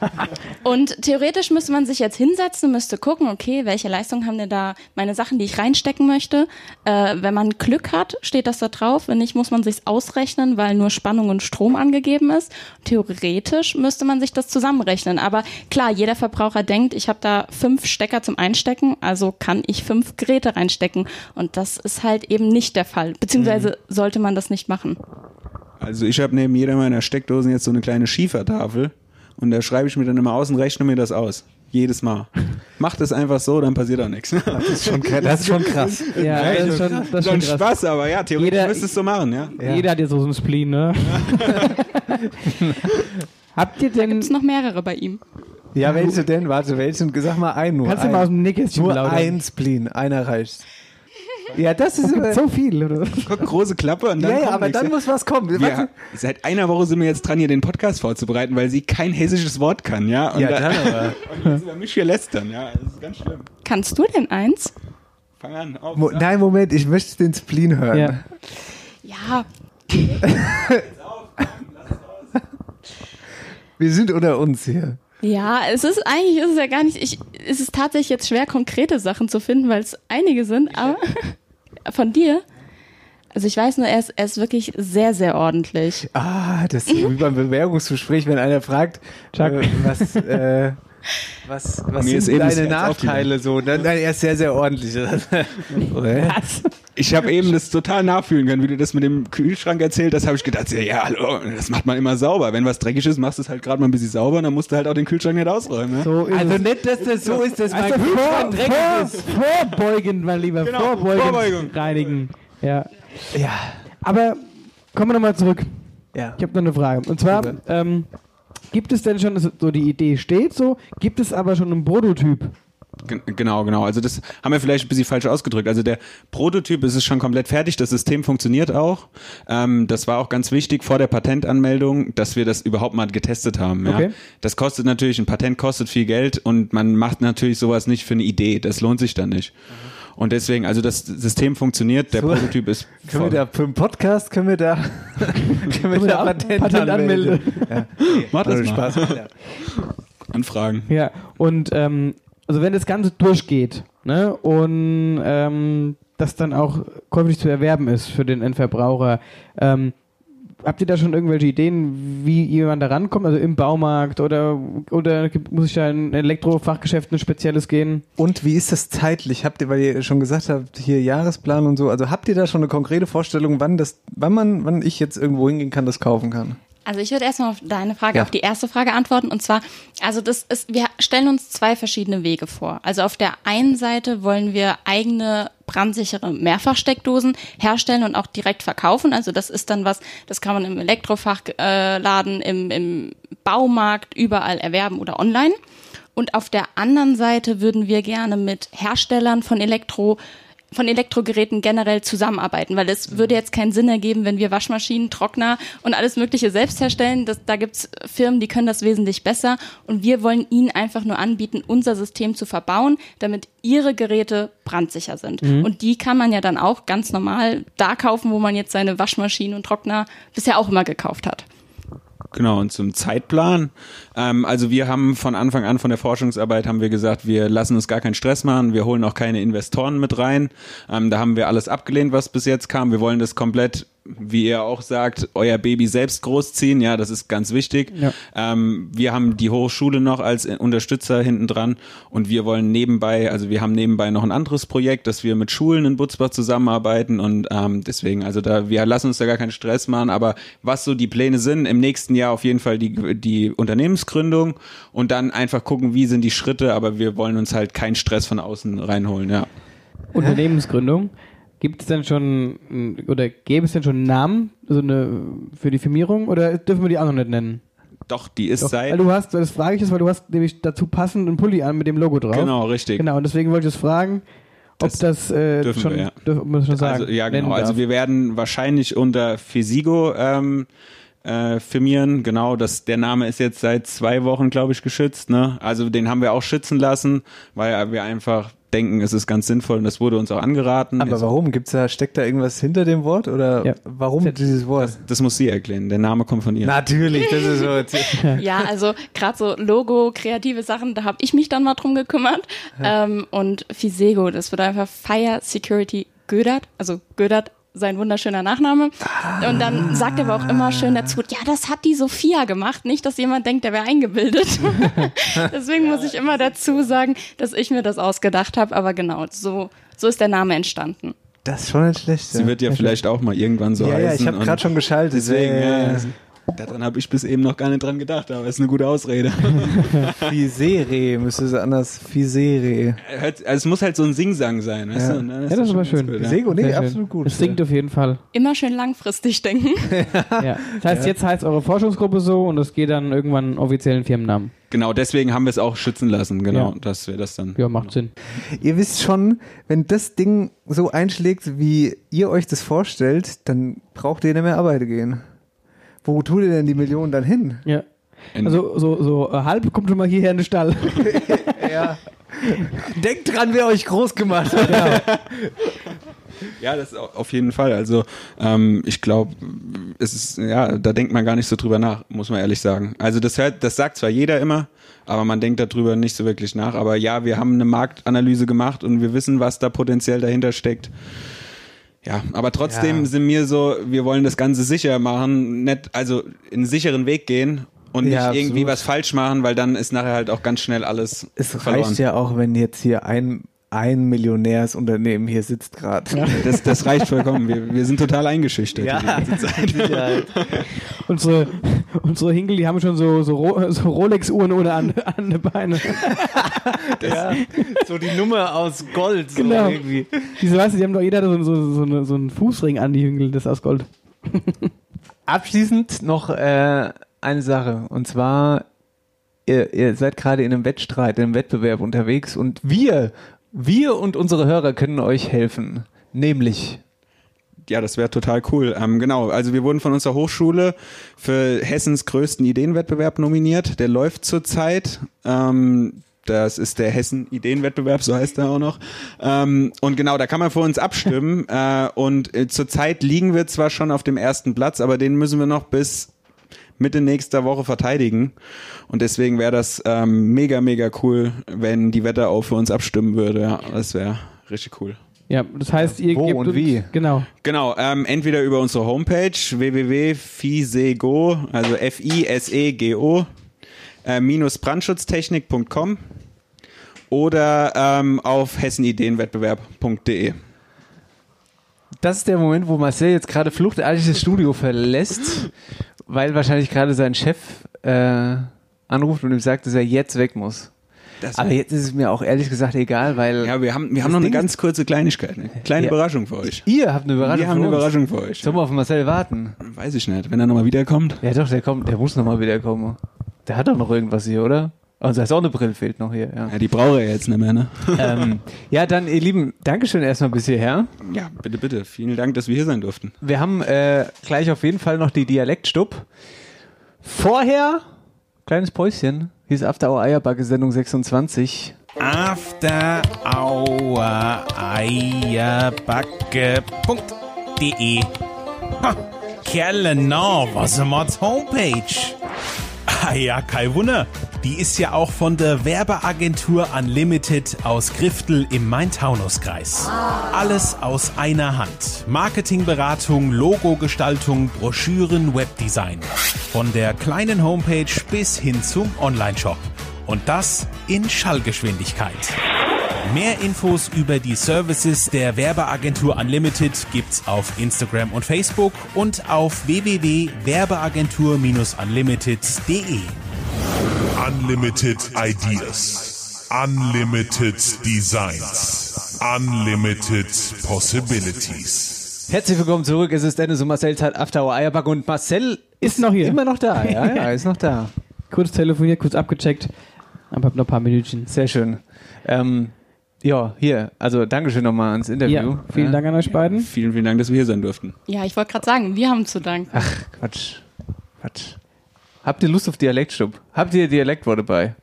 Speaker 10: Und theoretisch müsste man sich jetzt hinsetzen, müsste gucken, okay, welche Leistung haben denn da meine Sachen, die ich reinstecken möchte. Äh, wenn man Glück hat, steht das da drauf. Wenn nicht, muss man sich's ausrechnen, weil nur Spannung und Strom angegeben ist. Theoretisch müsste man sich das zusammenrechnen. Aber klar, jeder Verbraucher denkt, ich habe da fünf Stecker zum Einstecken, also kann ich fünf Geräte reinstecken. Und das ist halt eben nicht der Fall. Beziehungsweise
Speaker 4: Mhm.
Speaker 10: sollte man das nicht machen.
Speaker 9: Also ich habe neben jeder meiner Steckdosen jetzt so eine kleine Schiefertafel und da schreibe ich mir dann immer aus und rechne mir das aus. Jedes Mal. Mach das einfach so, dann passiert auch nichts.
Speaker 4: Das ist schon, kr- das ist schon krass.
Speaker 3: Ja,
Speaker 9: Nein,
Speaker 3: das ist schon- das ist
Speaker 9: so ein
Speaker 3: schon krass.
Speaker 9: Spaß, aber ja, theoretisch
Speaker 3: Jeder-
Speaker 9: müsstest du machen, ja.
Speaker 3: jeder hat ja so einen Spleen, ne? Habt ihr denn.
Speaker 10: Gibt's noch mehrere bei ihm?
Speaker 4: Ja, welche denn? Warte, welchen? Sag mal einen nur.
Speaker 3: Kannst du
Speaker 4: einen.
Speaker 3: mal aus dem Nähkästchen
Speaker 4: Nur
Speaker 3: plaudern?
Speaker 4: ein Spleen, einer
Speaker 3: (laughs)
Speaker 4: reicht. Ja, das ist.
Speaker 3: Es gibt so viel, oder?
Speaker 9: Guck, große Klappe und dann
Speaker 4: ja,
Speaker 9: kommt
Speaker 4: ja, aber
Speaker 9: nichts.
Speaker 4: dann muss was kommen.
Speaker 9: ja,
Speaker 4: Warte.
Speaker 9: seit einer Woche sind wir jetzt dran, hier den Podcast vorzubereiten, weil sie kein hessisches Wort kann, ja. Und
Speaker 4: Ja,
Speaker 9: da-
Speaker 4: dann aber.
Speaker 9: und
Speaker 4: (laughs)
Speaker 9: jetzt über mich hier lästern, ja. Das ist ganz schlimm.
Speaker 10: Kannst du denn eins?
Speaker 9: Fang an. Auf,
Speaker 4: Mo Nein, Moment, ich möchte den Spleen hören.
Speaker 3: Ja.
Speaker 10: Ja,
Speaker 4: Wir sind unter uns hier.
Speaker 10: ja, es ist eigentlich ist es ja gar nicht. Ich, es ist tatsächlich jetzt schwer, konkrete Sachen zu finden, weil es einige sind, aber (laughs) von dir. Also ich weiß nur, er ist, er ist wirklich sehr, sehr ordentlich.
Speaker 4: Ah, das ist so wie beim Bewerbungsgespräch, wenn einer fragt, äh, (laughs) was, äh, was, was
Speaker 9: Mir ist
Speaker 4: sind
Speaker 9: eben das
Speaker 4: deine
Speaker 9: Herz
Speaker 4: Nachteile so? ne? Nein, nein, er ist sehr, sehr ordentlich. (laughs) Was?
Speaker 9: Ich habe eben das total nachfühlen können, wie du das mit dem Kühlschrank erzählt hast, habe ich gedacht, ja, ja, hallo, das macht man immer sauber. Wenn was dreckig ist, machst du es halt gerade mal ein bisschen sauber und dann musst du halt auch den Kühlschrank nicht ausräumen. Ne?
Speaker 3: So ist
Speaker 4: Also
Speaker 3: es.
Speaker 4: nicht, dass das so ist, dass mein
Speaker 3: Also vor,
Speaker 4: Kühlschrank dreckig
Speaker 3: vor,
Speaker 4: ist.
Speaker 3: vorbeugend, mein Lieber.
Speaker 9: Genau,
Speaker 3: vorbeugend
Speaker 9: Vorbeugung.
Speaker 3: reinigen. Ja.
Speaker 4: Ja,
Speaker 3: Aber kommen wir nochmal zurück.
Speaker 4: ja.
Speaker 3: Ich habe noch eine Frage. Und zwar, ähm, gibt es denn schon, also so die Idee steht so, gibt es aber schon einen Prototyp?
Speaker 9: Gen- Genau, genau. Also das haben wir vielleicht ein bisschen falsch ausgedrückt. Also der Prototyp es ist schon komplett fertig, das System funktioniert auch. Ähm, das war auch ganz wichtig vor der Patentanmeldung, dass wir das überhaupt mal getestet haben. Ja.
Speaker 3: Okay.
Speaker 9: Das kostet natürlich, ein Patent kostet viel Geld und man macht natürlich sowas nicht für eine Idee. Das lohnt sich dann nicht. Und deswegen, also das System funktioniert, der
Speaker 4: Mhm. So.
Speaker 9: Prototyp ist
Speaker 4: (laughs) Können
Speaker 9: voll.
Speaker 4: wir da für den Podcast können wir da, (laughs) können wir da
Speaker 3: da
Speaker 4: Patent,
Speaker 3: Patent anmelden?
Speaker 4: anmelden?
Speaker 9: Mach
Speaker 4: Also
Speaker 9: das mal.
Speaker 4: Spaß. (laughs) Ja.
Speaker 9: Anfragen.
Speaker 3: Ja, und ähm, also wenn das Ganze durchgeht ne, und ähm, das dann auch käuflich zu erwerben ist für den Endverbraucher, ähm, habt ihr da schon irgendwelche Ideen, wie jemand da rankommt? Also im Baumarkt oder, oder gibt- muss ich da in ein Elektrofachgeschäft ein spezielles gehen?
Speaker 4: Und wie ist das zeitlich? Habt ihr, weil ihr schon gesagt habt, hier Jahresplan und so, also habt ihr da schon eine konkrete Vorstellung, wann das, wann man, wann ich jetzt irgendwo hingehen kann, das kaufen kann?
Speaker 10: Also ich würde erstmal auf deine Frage,
Speaker 4: Ja.
Speaker 10: auf die erste Frage antworten. Und zwar, also das ist, wir stellen uns zwei verschiedene Wege vor. Also auf der einen Seite wollen wir eigene brandsichere Mehrfachsteckdosen herstellen und auch direkt verkaufen. Also das ist dann was, das kann man im Elektrofachladen, äh, Laden, im, im Baumarkt, überall erwerben oder online. Und auf der anderen Seite würden wir gerne mit Herstellern von Elektro von Elektrogeräten generell zusammenarbeiten, weil es würde jetzt keinen Sinn ergeben, wenn wir Waschmaschinen, Trockner und alles Mögliche selbst herstellen. Das, da gibt's Firmen, die können das wesentlich besser und wir wollen ihnen einfach nur anbieten, unser System zu verbauen, damit ihre Geräte brandsicher sind.
Speaker 11: Mhm.
Speaker 10: Und die kann man ja dann auch ganz normal da kaufen, wo man jetzt seine Waschmaschinen und Trockner bisher auch immer gekauft hat.
Speaker 9: Genau, und zum Zeitplan. Ähm, also wir haben von Anfang an von der Forschungsarbeit haben wir gesagt, wir lassen uns gar keinen Stress machen, wir holen auch keine Investoren mit rein. Ähm, da haben wir alles abgelehnt, was bis jetzt kam. Wir wollen das komplett, wie ihr auch sagt, euer Baby selbst großziehen. Ja, das ist ganz wichtig.
Speaker 3: Ja.
Speaker 9: Ähm, wir haben die Hochschule noch als Unterstützer hinten dran und wir wollen nebenbei, also wir haben nebenbei noch ein anderes Projekt, dass wir mit Schulen in Butzbach zusammenarbeiten und ähm, deswegen, also da, wir lassen uns da gar keinen Stress machen, aber was so die Pläne sind, im nächsten Jahr auf jeden Fall die, die Unternehmensgründung und dann einfach gucken, wie sind die Schritte, aber wir wollen uns halt keinen Stress von außen reinholen, ja.
Speaker 3: Unternehmensgründung. Gibt es denn schon m, oder gäbe es denn schon einen Namen so eine, für die Firmierung oder dürfen wir die auch noch nicht nennen?
Speaker 9: Doch, die ist
Speaker 3: Doch, weil
Speaker 9: seit,
Speaker 3: du hast, das frage ich jetzt, weil du hast nämlich dazu passend einen Pulli an mit dem Logo drauf.
Speaker 9: Genau, richtig.
Speaker 3: Genau, und deswegen wollte ich das fragen, ob das, äh,
Speaker 9: dürfen
Speaker 3: schon,
Speaker 9: wir, ja.
Speaker 3: dürf, ob man das schon sagen
Speaker 9: Also, ja, genau.
Speaker 3: nennen
Speaker 9: Also
Speaker 3: darf.
Speaker 9: wir werden wahrscheinlich unter Fisigo ähm, äh, firmieren. Genau, das, der Name ist jetzt seit zwei Wochen, glaube ich, geschützt. Ne? Also den haben wir auch schützen lassen, weil wir einfach denken, es ist ganz sinnvoll und das wurde uns auch angeraten.
Speaker 4: Aber warum? Gibt's da, steckt da irgendwas hinter dem Wort? Oder warum dieses Wort? Das,
Speaker 9: das muss sie erklären. Der Name kommt von ihr.
Speaker 4: Natürlich, das ist so. jetzt-
Speaker 10: Ja, also gerade so Logo, kreative Sachen, da habe ich mich dann mal drum gekümmert. Ähm, und Fisego, das wird einfach Fire Security Gödert, also Gödert sein wunderschöner Nachname.
Speaker 4: Ah.
Speaker 10: Und dann sagt er aber auch immer schön dazu, ja, das hat die Sophia gemacht. Nicht, dass jemand denkt, der wäre eingebildet.
Speaker 4: (laughs)
Speaker 10: Deswegen muss ich immer dazu sagen, dass ich mir das ausgedacht habe. Aber genau, so, so ist der Name entstanden.
Speaker 4: Das ist schon nicht schlecht.
Speaker 9: Sie wird ja vielleicht auch mal irgendwann so
Speaker 4: Ja,
Speaker 9: heißen.
Speaker 4: ja, ich habe
Speaker 9: und
Speaker 4: gerade schon geschaltet. Äh,
Speaker 9: Deswegen,
Speaker 4: Ja, ja,
Speaker 9: ja,
Speaker 4: ja.
Speaker 9: daran habe ich bis eben noch gar nicht dran gedacht, aber ist eine gute Ausrede. (laughs)
Speaker 4: Fisere, müsste es anders. Fisere.
Speaker 9: Hört- also es muss halt so ein Singsang sein, weißt
Speaker 4: Ja.
Speaker 9: du? Und dann
Speaker 4: Ja, das ist
Speaker 9: schon
Speaker 4: aber
Speaker 9: ganz
Speaker 4: schön.
Speaker 9: gut,
Speaker 4: Sego, nee,
Speaker 3: Sehr schön.
Speaker 4: absolut gut.
Speaker 3: Es singt auf jeden Fall.
Speaker 10: Immer schön langfristig denken.
Speaker 3: Ja. Das heißt,
Speaker 10: Ja.
Speaker 3: jetzt heißt eure Forschungsgruppe so und es geht dann irgendwann offiziellen Firmennamen.
Speaker 9: Genau, deswegen haben wir es auch schützen lassen, genau,
Speaker 3: Ja.
Speaker 9: dass wir das dann.
Speaker 3: Ja, macht Sinn.
Speaker 4: Ihr wisst schon, wenn das Ding so einschlägt, wie ihr euch das vorstellt, dann braucht ihr nicht mehr arbeiten gehen. Wo tut ihr denn die Millionen dann hin?
Speaker 3: Ja. Also so, so äh, halb kommt schon mal hierher in den Stall.
Speaker 4: (laughs) Denkt dran, wer euch groß gemacht hat.
Speaker 9: Ja, das au- auf jeden Fall. Also ähm, ich glaube, es ist ja, da denkt man gar nicht so drüber nach, muss man ehrlich sagen. Also das hört, das sagt zwar jeder immer, aber man denkt darüber nicht so wirklich nach. Aber ja, wir haben eine Marktanalyse gemacht und wir wissen, was da potenziell dahinter steckt. Ja, aber trotzdem
Speaker 4: Ja.
Speaker 9: sind wir so, wir wollen das Ganze sicher machen, nicht, also einen sicheren Weg gehen und nicht
Speaker 4: Ja,
Speaker 9: irgendwie
Speaker 4: absolut.
Speaker 9: was falsch machen, weil dann ist nachher halt auch ganz schnell alles
Speaker 4: Es reicht
Speaker 9: verloren.
Speaker 4: ja auch, wenn jetzt hier ein, ein Millionärsunternehmen hier sitzt gerade.
Speaker 9: Das, das reicht vollkommen. Wir, wir sind total eingeschüchtert.
Speaker 4: Ja,
Speaker 9: die ganze Zeit.
Speaker 3: unsere, (laughs) unsere Hinkel, die haben schon so, so, Ro (laughs) so Rolex-Uhren ohne an, (laughs) an den
Speaker 4: (laughs)
Speaker 3: Beine.
Speaker 4: Ja, so die Nummer aus Gold. So
Speaker 3: Genau.
Speaker 4: irgendwie.
Speaker 3: Diese, weißt du, die haben doch jeder so, so, so, eine- so einen Fußring an, die Hinkel, das ist aus Gold.
Speaker 4: Abschließend noch äh, eine Sache. Und zwar, ihr, ihr seid gerade in einem Wettstreit, in einem Wettbewerb unterwegs und wir, wir und unsere Hörer können euch helfen. Nämlich.
Speaker 9: Ja, das wäre total cool. Ähm, genau, also wir wurden von unserer Hochschule für Hessens größten Ideenwettbewerb nominiert. Der läuft zurzeit. Ähm, das ist der Hessen Ideenwettbewerb, so heißt er auch noch. Ähm, und genau, da kann man für uns abstimmen. äh, und äh, zurzeit liegen wir zwar schon auf dem ersten Platz, aber den müssen wir noch bis Mitte nächster Woche verteidigen. Und deswegen wäre das ähm, mega, mega cool, wenn die Wetterau für uns abstimmen würde. Ja, das wäre richtig cool.
Speaker 3: Ja, das heißt, ihr Wo gebt und wie? Genau.
Speaker 9: Genau, ähm, entweder über unsere Homepage www.fisego, also F-I-S-E-G-O, äh, minus brandschutztechnik.com oder ähm, auf hessenideenwettbewerb.de.
Speaker 4: Das ist der Moment, wo Marcel jetzt gerade fluchtartig das Studio verlässt, weil wahrscheinlich gerade sein Chef äh, anruft und ihm sagt, dass er jetzt weg muss.
Speaker 9: Das-
Speaker 4: Aber jetzt ist es mir auch ehrlich gesagt egal, weil.
Speaker 9: Also- Ja, wir haben, wir haben noch eine ganz kurze Kleinigkeit, eine kleine
Speaker 4: Ja.
Speaker 9: Überraschung für euch.
Speaker 4: Ihr habt eine Überraschung
Speaker 9: Wir haben
Speaker 4: für
Speaker 9: eine
Speaker 4: uns.
Speaker 9: Überraschung für euch.
Speaker 4: Sollen wir auf Marcel warten?
Speaker 9: Weiß ich nicht, wenn er nochmal wiederkommt.
Speaker 4: Ja, doch, der kommt, der muss nochmal wiederkommen. Der hat doch noch irgendwas hier, oder? Also da ist auch eine Brille fehlt noch hier. Ja,
Speaker 9: die brauche ich jetzt nicht mehr, ne?
Speaker 4: ähm, ja, dann ihr Lieben, Dankeschön erstmal bis hierher.
Speaker 9: Ja, bitte, bitte. Vielen Dank, dass wir hier sein durften.
Speaker 4: Wir haben äh, gleich auf jeden Fall noch die Dialektstub. Vorher, kleines Päuschen, hier ist After Hour Eierbacke Sendung 26.
Speaker 11: After Hour Eierbacke.de Ha, Kerle, na, was ist Homepage? Ah ja, kein Wunder. Die ist ja auch von der Werbeagentur Unlimited aus Griftel im Main-Taunus-Kreis. Alles aus einer Hand. Marketingberatung, Logogestaltung, Broschüren, Webdesign. Von der kleinen Homepage bis hin zum Onlineshop. Und das in Schallgeschwindigkeit. Mehr Infos über die Services der Werbeagentur Unlimited gibt's auf Instagram und Facebook und auf www.werbeagentur-unlimited.de.
Speaker 6: Unlimited Ideas. Unlimited Designs. Unlimited Possibilities.
Speaker 4: Herzlich willkommen zurück. Es ist Dennis und Marcel Zeit After Hour Eierbacke und Marcel ist, noch hier. Immer noch da, ja, ja, ist noch da.
Speaker 3: Kurz telefoniert, kurz abgecheckt. Aber hab noch ein paar Minütchen.
Speaker 4: Sehr schön. Ähm, ja, hier, also Dankeschön nochmal ans Interview.
Speaker 3: Ja, vielen Dank an euch beiden.
Speaker 9: Vielen, vielen Dank, dass wir hier sein durften.
Speaker 10: Ja, ich wollte gerade sagen, wir haben zu danken.
Speaker 4: Ach, Quatsch. Quatsch. Habt ihr Lust auf Dialektstub? Habt ihr Dialektworte bei?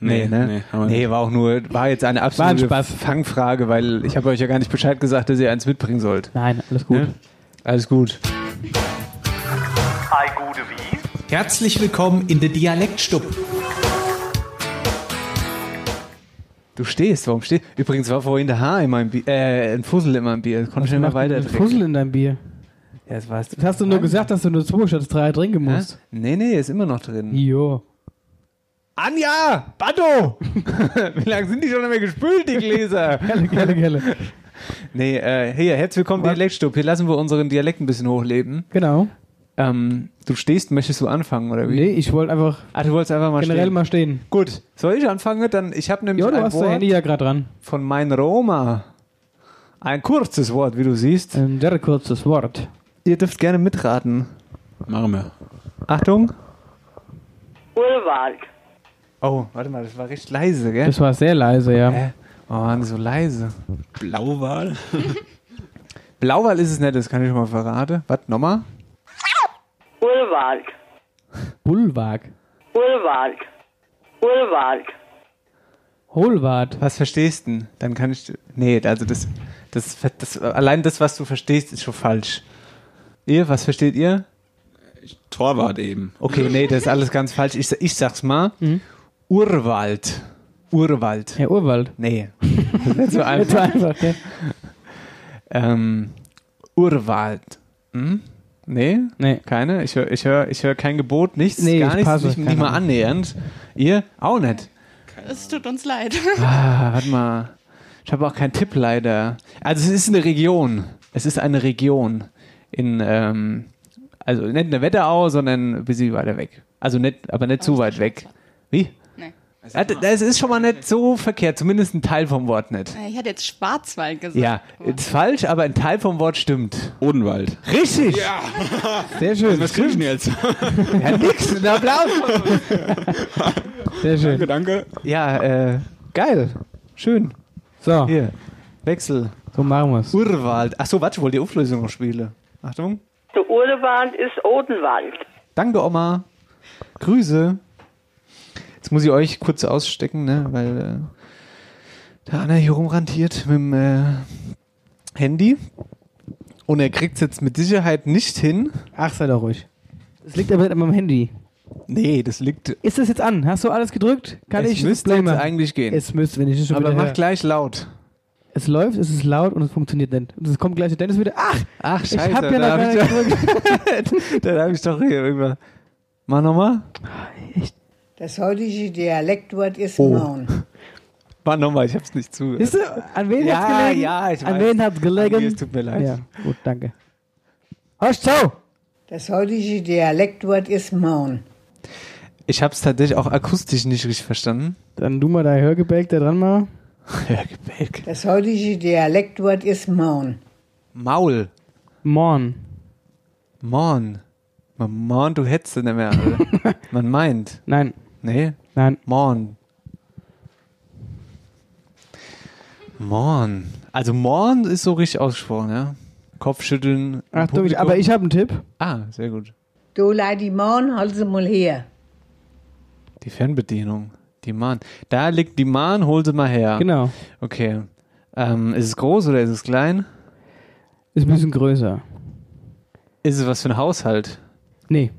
Speaker 9: nee,
Speaker 4: ne? Nee, war auch nur, war jetzt eine absolute Fangfrage, weil ich habe euch ja gar nicht Bescheid gesagt, dass ihr eins mitbringen sollt.
Speaker 3: Nein, alles gut.
Speaker 4: Alles gut.
Speaker 7: Hi, gute Wie.
Speaker 11: Herzlich willkommen in der Dialektstub.
Speaker 4: Du stehst, warum stehst Übrigens war vorhin der Haar in meinem Bier, äh, ein Fussel in meinem Bier. Konnte schnell mal weiter
Speaker 3: Ein Fussel in deinem Bier.
Speaker 4: Ja, das war's.
Speaker 3: Das hast du nur gesagt, dass du nur zwei statt drei trinken musst.
Speaker 4: Nee, nee, ist immer noch drin.
Speaker 3: Jo.
Speaker 4: Anja! Batto! (laughs) Wie lange sind die schon nicht mehr gespült, die Gläser?
Speaker 3: Kelle, kelle,
Speaker 4: (laughs)
Speaker 3: kelle.
Speaker 4: Nee, äh, hier, herzlich willkommen, Dialektstub. Hier lassen wir unseren Dialekt ein bisschen hochleben.
Speaker 3: Genau.
Speaker 4: Ähm, du stehst, möchtest du anfangen, oder wie?
Speaker 3: Nee, ich wollte einfach
Speaker 4: Ah, du wolltest einfach mal
Speaker 3: generell
Speaker 4: stehen.
Speaker 3: mal stehen.
Speaker 4: Gut, soll ich anfangen? Dann, ich habe nämlich
Speaker 3: Jo, du
Speaker 4: ein
Speaker 3: hast
Speaker 4: Wort
Speaker 3: dein Handy ja gerade dran.
Speaker 4: von mein Roma. Ein kurzes Wort, wie du siehst.
Speaker 3: Ein sehr Ähm, kurzes Wort.
Speaker 4: Ihr dürft gerne mitraten.
Speaker 9: Machen wir.
Speaker 4: Achtung.
Speaker 5: Urwald.
Speaker 4: Oh, warte mal, das war recht leise, gell?
Speaker 3: Das war sehr leise, ja.
Speaker 4: Hä? Oh Mann, so leise.
Speaker 9: Blauwal?
Speaker 4: Blauwal ist es nicht, das kann ich schon mal verraten. Was, nochmal?
Speaker 5: Urwald.
Speaker 3: Bullwag.
Speaker 5: Urwald. Urwald.
Speaker 3: Hohlwart.
Speaker 4: Was verstehst du denn? Dann kann ich. Nee, also das, das, das, Allein das, was du verstehst, ist schon falsch. Ihr, was versteht ihr?
Speaker 9: Torwart eben.
Speaker 4: Okay, nee, das ist alles ganz falsch. Ich, ich sag's mal. Urwald. Urwald.
Speaker 3: Mhm. Ja, Urwald.
Speaker 4: Nee. Das
Speaker 3: (laughs)
Speaker 4: ist nicht so
Speaker 3: Nicht so
Speaker 4: einfach.
Speaker 3: einfach, ja.
Speaker 4: Ähm, Urwald. Hm? Nee?
Speaker 3: Nee.
Speaker 4: Keine? Ich höre ich hör, ich hör kein Gebot, nichts,
Speaker 3: Nee,
Speaker 4: gar
Speaker 3: ich
Speaker 4: nichts,
Speaker 3: passe,
Speaker 4: nicht, nicht
Speaker 3: keine
Speaker 4: mal
Speaker 3: Ahnung.
Speaker 4: annähernd. Ihr? Auch nicht.
Speaker 10: Es tut uns leid.
Speaker 4: Ah, warte mal. Ich habe auch keinen Tipp leider. Also es ist eine Region. Es ist eine Region in, ähm, also nicht eine Wetterau, sondern ein bisschen weiter weg. Also nicht, aber nicht zu weit weg. Wie?
Speaker 10: Nee.
Speaker 4: Ah, d- Das ist schon mal nicht so verkehrt, zumindest ein Teil vom Wort nicht.
Speaker 10: Ich hätte jetzt Schwarzwald gesagt.
Speaker 4: Ah. Ja, ist falsch, aber ein Teil vom Wort stimmt.
Speaker 9: Odenwald.
Speaker 4: Richtig! (laughs)
Speaker 3: Sehr schön,
Speaker 9: Was kriegen wir jetzt?
Speaker 4: Ja, nix, ein Applaus!
Speaker 3: sehr schön.
Speaker 9: Danke.
Speaker 4: Ja, äh, geil. Schön.
Speaker 3: So,
Speaker 4: Hier, Wechsel.
Speaker 3: so machen wir's.
Speaker 4: Urwald. Achso, warte, ich wollte die Auflösung noch spielen. Achtung.
Speaker 5: Der Urwald ist Odenwald.
Speaker 4: Danke, Oma. Grüße. Jetzt muss ich euch kurz ausstecken, ne, weil äh, der Anna hier rumrantiert mit dem äh, Handy. Und er kriegt es jetzt mit Sicherheit nicht hin.
Speaker 3: Ach, sei doch ruhig. Das liegt aber nicht an meinem Handy.
Speaker 4: Nee, das liegt.
Speaker 3: Ist das jetzt an? Hast du alles gedrückt? Kann
Speaker 4: es
Speaker 3: ich
Speaker 4: müsste
Speaker 3: Play
Speaker 4: jetzt
Speaker 3: machen?
Speaker 4: eigentlich gehen.
Speaker 3: Es müsste, wenn ich es schon
Speaker 4: aber
Speaker 3: wieder
Speaker 4: mach
Speaker 3: höre.
Speaker 4: gleich laut.
Speaker 3: Es läuft, es ist laut und es funktioniert nicht. Und es kommt gleich der Dennis wieder. Ach,
Speaker 4: Ach,
Speaker 3: ich
Speaker 4: scheiße.
Speaker 3: hab ja noch
Speaker 4: da
Speaker 3: gar
Speaker 4: hab
Speaker 3: nicht
Speaker 4: ich doch-
Speaker 3: gedrückt.
Speaker 4: Dann habe ich doch hier irgendwann. Mach nochmal.
Speaker 12: Das heutige Dialektwort ist
Speaker 4: Oh.
Speaker 12: Maun.
Speaker 4: Mach nochmal, ich hab's nicht zu.
Speaker 3: Siehst du, an wen
Speaker 4: Ja,
Speaker 3: hat's gelegen?
Speaker 4: ja, ich
Speaker 3: An
Speaker 4: weiß.
Speaker 3: wen hat's
Speaker 4: An mir,
Speaker 3: gelegen?
Speaker 4: es tut mir leid.
Speaker 3: Ja, gut, danke. Hörst du?
Speaker 12: Das heutige Dialektwort ist Maun.
Speaker 4: Ich hab's tatsächlich auch akustisch nicht richtig verstanden.
Speaker 3: Dann du mal dein Hörgebälk da dran mal.
Speaker 4: Hörgebälk.
Speaker 12: Das heutige Dialektwort ist Maun.
Speaker 4: Maul.
Speaker 3: Morn.
Speaker 4: (laughs) Morn. Man morn, du hättest nicht mehr. Alter. Man meint.
Speaker 3: Nein.
Speaker 4: Nee?
Speaker 3: Nein.
Speaker 4: Morn. Morn. Also Morn ist so richtig ausgesprochen, ja? Kopfschütteln. im
Speaker 3: Achtung, ich,
Speaker 4: Publikum.
Speaker 3: aber ich habe einen Tipp.
Speaker 4: Ah, sehr gut.
Speaker 12: Du leid die Morn, hol sie mal her.
Speaker 4: Die Fernbedienung. Die Mahn. Da liegt die Mahn, hol sie mal her.
Speaker 3: Genau.
Speaker 4: Okay. Ähm, ist es groß oder ist es klein?
Speaker 3: Ist ein bisschen größer.
Speaker 4: Ist es was für ein Haushalt?
Speaker 3: Nee.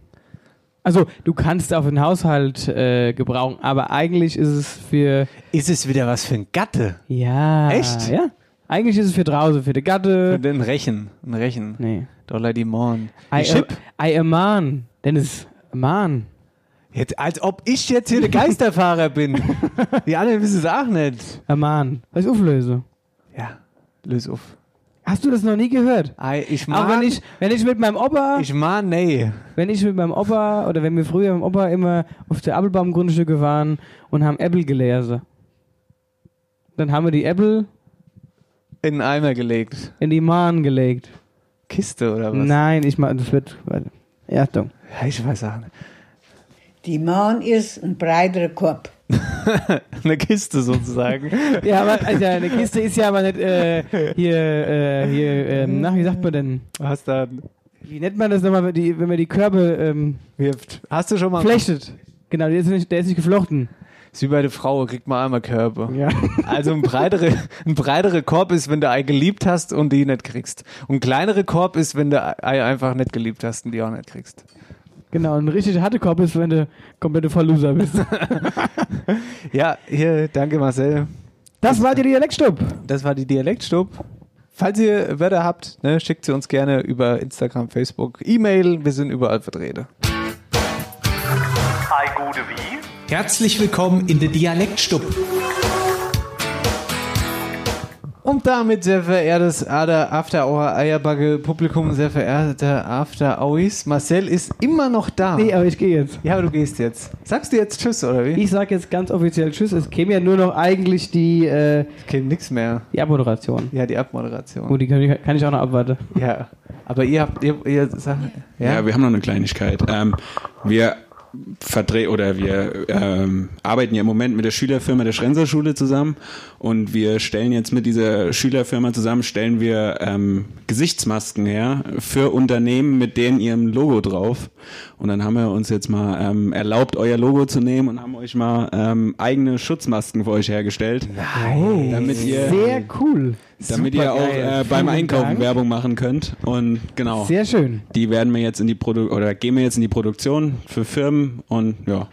Speaker 3: Also, du kannst auf den Haushalt äh, gebrauchen, aber eigentlich ist es für.
Speaker 4: Ist es wieder was für ein Gatte?
Speaker 3: Ja.
Speaker 4: Echt?
Speaker 3: Ja. Eigentlich ist es für draußen, für die Gatte.
Speaker 4: Ein Rechen. Ein Rechen.
Speaker 3: Nee.
Speaker 4: Dollar die Morn.
Speaker 3: I,
Speaker 4: Ein Chip.
Speaker 3: I, I a man. Dennis, (laughs) man.
Speaker 4: Jetzt, als ob ich jetzt (laughs) hier der Geisterfahrer bin. Die anderen wissen es auch nicht.
Speaker 3: A man. Was ist auflöse?
Speaker 4: Ja, löse auf.
Speaker 3: Hast du das noch nie gehört?
Speaker 4: Ei, ich
Speaker 3: Auch
Speaker 4: mahn-
Speaker 3: wenn ich, wenn ich mit meinem Opa,
Speaker 4: Ich mahn, nee.
Speaker 3: wenn ich mit meinem Opa oder wenn wir früher mit meinem Opa immer auf der Applebaumgrundstücke waren und haben Äpfel gelesen. Dann haben wir die Äpfel
Speaker 4: In den Eimer gelegt.
Speaker 3: in die Mahn gelegt.
Speaker 4: Kiste oder was?
Speaker 3: Nein, ich meine, das wird. Warte. Achtung.
Speaker 4: Ja, ich weiß auch nicht.
Speaker 12: Die Morn ist ein breiterer Korb.
Speaker 4: Eine Kiste sozusagen. (laughs)
Speaker 3: Ja, aber also eine Kiste ist ja aber nicht äh, hier, äh, hier ähm, nach, wie sagt man denn?
Speaker 4: Hast da
Speaker 3: Wie nennt man das nochmal, wenn, die, wenn man die Körbe ähm,
Speaker 4: wirft? Hast du schon mal.
Speaker 3: flechtet? Genau, der ist nicht, der ist nicht geflochten.
Speaker 4: Ist wie bei der Frau, kriegt man einmal Körbe.
Speaker 3: Ja.
Speaker 4: Also ein breitere, ein breitere Korb ist, wenn du Ei geliebt hast und die nicht kriegst. Und ein kleinere Korb ist, wenn du Ei einfach nicht geliebt hast und die auch nicht kriegst.
Speaker 3: Genau, ein richtig harte Korb ist, wenn du komplette Verloser bist.
Speaker 4: Ja, hier, danke Marcel.
Speaker 3: Das war der Dialektstub.
Speaker 4: Das war die Dialektstub. Falls ihr Wörter habt, ne, schickt sie uns gerne über Instagram, Facebook, E-Mail. Wir sind überall vertreten.
Speaker 7: Ei gute wie?
Speaker 11: Herzlich willkommen in der Dialektstub.
Speaker 4: Und damit, sehr verehrtes Ader After Hour Eierbacke Publikum, sehr verehrter After Hours, Marcel ist immer noch da.
Speaker 3: Nee, aber ich gehe jetzt.
Speaker 4: Ja, aber du gehst jetzt. Sagst du jetzt Tschüss, oder wie?
Speaker 3: Ich sage jetzt ganz offiziell Tschüss. Es käme ja nur noch eigentlich die, äh,
Speaker 4: Es käme nichts mehr.
Speaker 3: die Abmoderation.
Speaker 4: Ja, die Abmoderation.
Speaker 3: Gut, die kann ich, kann ich auch noch abwarten.
Speaker 4: Ja, aber ihr habt, ihr, ihr sagt,
Speaker 9: Ja,
Speaker 4: ja,
Speaker 9: wir haben noch eine Kleinigkeit. Ähm, wir verdrehen oder wir ähm, arbeiten ja im Moment mit der Schülerfirma der Schrenzer Schule zusammen und wir stellen jetzt mit dieser Schülerfirma zusammen, stellen wir ähm, Gesichtsmasken her für Unternehmen mit denen ihrem Logo drauf. Und dann haben wir uns jetzt mal ähm, erlaubt, euer Logo zu nehmen und haben euch mal ähm, eigene Schutzmasken für euch hergestellt.
Speaker 3: Oh,
Speaker 9: Damit ihr- Genau.
Speaker 3: sehr cool.
Speaker 9: Damit ihr auch
Speaker 3: Supergeil.
Speaker 9: äh, beim
Speaker 3: Vielen
Speaker 9: Einkaufen
Speaker 3: Dank.
Speaker 9: Werbung machen könnt. Und genau.
Speaker 3: Sehr schön.
Speaker 9: Die werden wir jetzt in die Produ oder gehen wir jetzt in die Produktion für Firmen und ja.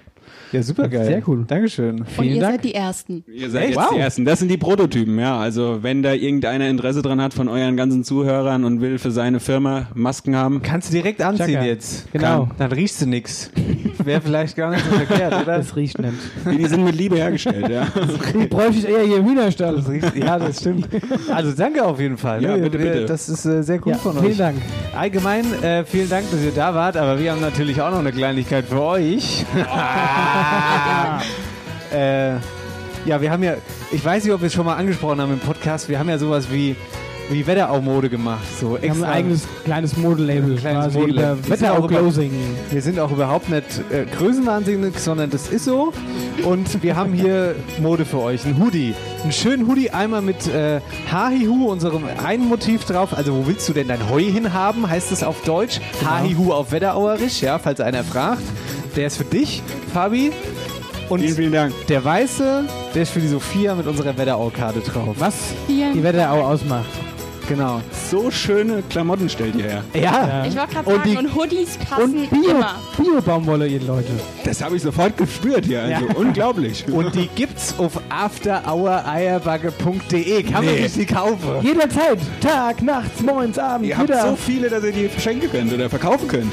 Speaker 4: ja super geil.
Speaker 3: Sehr cool.
Speaker 4: Dankeschön.
Speaker 10: Und ihr
Speaker 3: Dank.
Speaker 10: seid die Ersten.
Speaker 9: Ihr seid
Speaker 4: Echt?
Speaker 9: jetzt die
Speaker 4: Wow.
Speaker 9: ersten. Das sind die Prototypen, ja. Also wenn da irgendeiner Interesse dran hat von euren ganzen Zuhörern und will für seine Firma
Speaker 3: (laughs)
Speaker 9: Masken haben,
Speaker 4: Kannst du direkt anziehen
Speaker 3: Chaka.
Speaker 4: jetzt.
Speaker 3: Genau.
Speaker 4: Dann riechst
Speaker 3: (laughs)
Speaker 4: du nix. Wäre vielleicht gar nicht so verkehrt, oder?
Speaker 3: Das riecht nicht.
Speaker 9: die sind mit Liebe
Speaker 3: (laughs)
Speaker 9: hergestellt, ja.
Speaker 3: Die bräuchte ich eher hier im Hühnerstall.
Speaker 4: Das riecht- (laughs) Ja, das stimmt. Also danke auf jeden Fall.
Speaker 9: Ja,
Speaker 4: Wir-
Speaker 9: bitte,
Speaker 4: wir-
Speaker 9: bitte.
Speaker 4: Das ist äh, sehr cool
Speaker 3: Ja,
Speaker 4: von euch.
Speaker 3: vielen Dank.
Speaker 4: Allgemein, äh, vielen Dank, dass ihr da wart, aber wir haben natürlich auch noch eine Kleinigkeit
Speaker 9: (laughs)
Speaker 4: für euch. äh, ja, wir haben ja, ich weiß nicht, ob wir es schon mal angesprochen haben im Podcast, wir haben ja sowas wie, wie Wetteraumode gemacht. So
Speaker 3: Wir haben
Speaker 4: extra.
Speaker 3: ein eigenes kleines Modelabel.
Speaker 4: kleines
Speaker 3: quasi
Speaker 4: Modelabel.
Speaker 3: über
Speaker 4: Die sind
Speaker 3: Wetterau
Speaker 4: auch immer-
Speaker 3: Closing.
Speaker 4: Wir sind auch überhaupt nicht äh, größenwahnsinnig, sondern das ist so. Und wir haben hier Mode für euch. Ein Hoodie. Einen schönen Hoodie, einmal mit äh, Hahihu, unserem einen Motiv drauf. Also wo willst du denn dein Heu hinhaben, heißt es auf Deutsch. Hahihu auf Wetterauerisch, ja, falls einer fragt. Der ist für dich, Fabi. Und
Speaker 9: Vielen, vielen Dank.
Speaker 4: der Weiße, der ist für die Sophia mit unserer Wetterau-Karte drauf.
Speaker 3: Was
Speaker 10: Vielen
Speaker 3: die Wetterau ausmacht.
Speaker 4: Genau.
Speaker 9: So schöne Klamotten stellt ihr her.
Speaker 4: Ja,
Speaker 10: Ich wollte gerade
Speaker 4: Und
Speaker 10: sagen,
Speaker 4: die-
Speaker 10: und Hoodies passen
Speaker 3: Und Bio,
Speaker 10: immer.
Speaker 3: Bio-Baumwolle, ihr Leute.
Speaker 9: Das habe ich sofort gespürt hier. Also unglaublich.
Speaker 4: und die gibt's auf afterhoureierbacke.de. Kann man
Speaker 9: Nee.
Speaker 4: sich die kaufen.
Speaker 3: Jederzeit, Tag, nachts, morgens, abends,
Speaker 9: ihr habt
Speaker 3: wieder.
Speaker 9: so viele, dass ihr die verschenken könnt oder verkaufen könnt.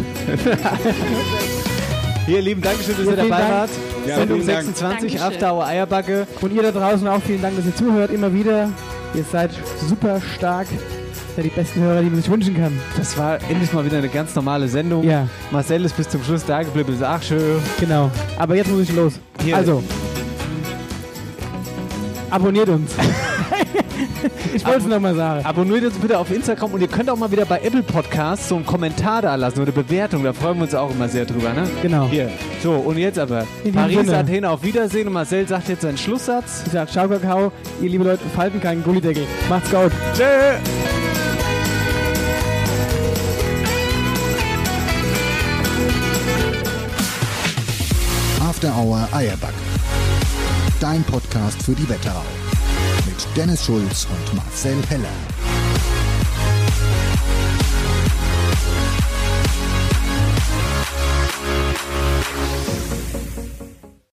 Speaker 4: Hier, lieben Dankeschön, dass
Speaker 3: Ja,
Speaker 4: ihr dabei
Speaker 3: vielen Dank.
Speaker 4: wart.
Speaker 9: Ja,
Speaker 4: Sendung
Speaker 9: vielen Dank.
Speaker 4: 26,
Speaker 10: Dankeschön.
Speaker 4: After Hour Eierbacke.
Speaker 3: Und ihr da draußen auch vielen Dank, dass ihr zuhört, immer wieder. Ihr seid super stark. Ihr seid die besten Hörer, die man sich wünschen kann.
Speaker 4: Das war endlich mal wieder eine ganz normale Sendung.
Speaker 3: Ja,
Speaker 4: Marcel ist bis zum Schluss da geblieben, ist auch schön.
Speaker 3: genau. Aber jetzt muss ich los.
Speaker 4: Hier.
Speaker 3: Also, abonniert uns. Ich wollte es nochmal sagen.
Speaker 4: Abonniert uns bitte auf Instagram und ihr könnt auch mal wieder bei Apple Podcasts so einen Kommentar da lassen oder Bewertung. Da freuen wir uns auch immer sehr drüber, ne?
Speaker 3: Genau.
Speaker 4: Hier. So, und jetzt aber.
Speaker 3: In diesem
Speaker 4: Paris,
Speaker 3: Sinne.
Speaker 4: Athen, auf Wiedersehen. Und Marcel sagt jetzt seinen Schlusssatz.
Speaker 3: Ich sag, ciao, Kakao. Ihr liebe Leute, falten keinen Gullideckel. Macht's gut.
Speaker 4: Tschö.
Speaker 13: After Hour Eierback. Dein Podcast für die Wetterau. Mit Dennis Schulz und Marcel Heller.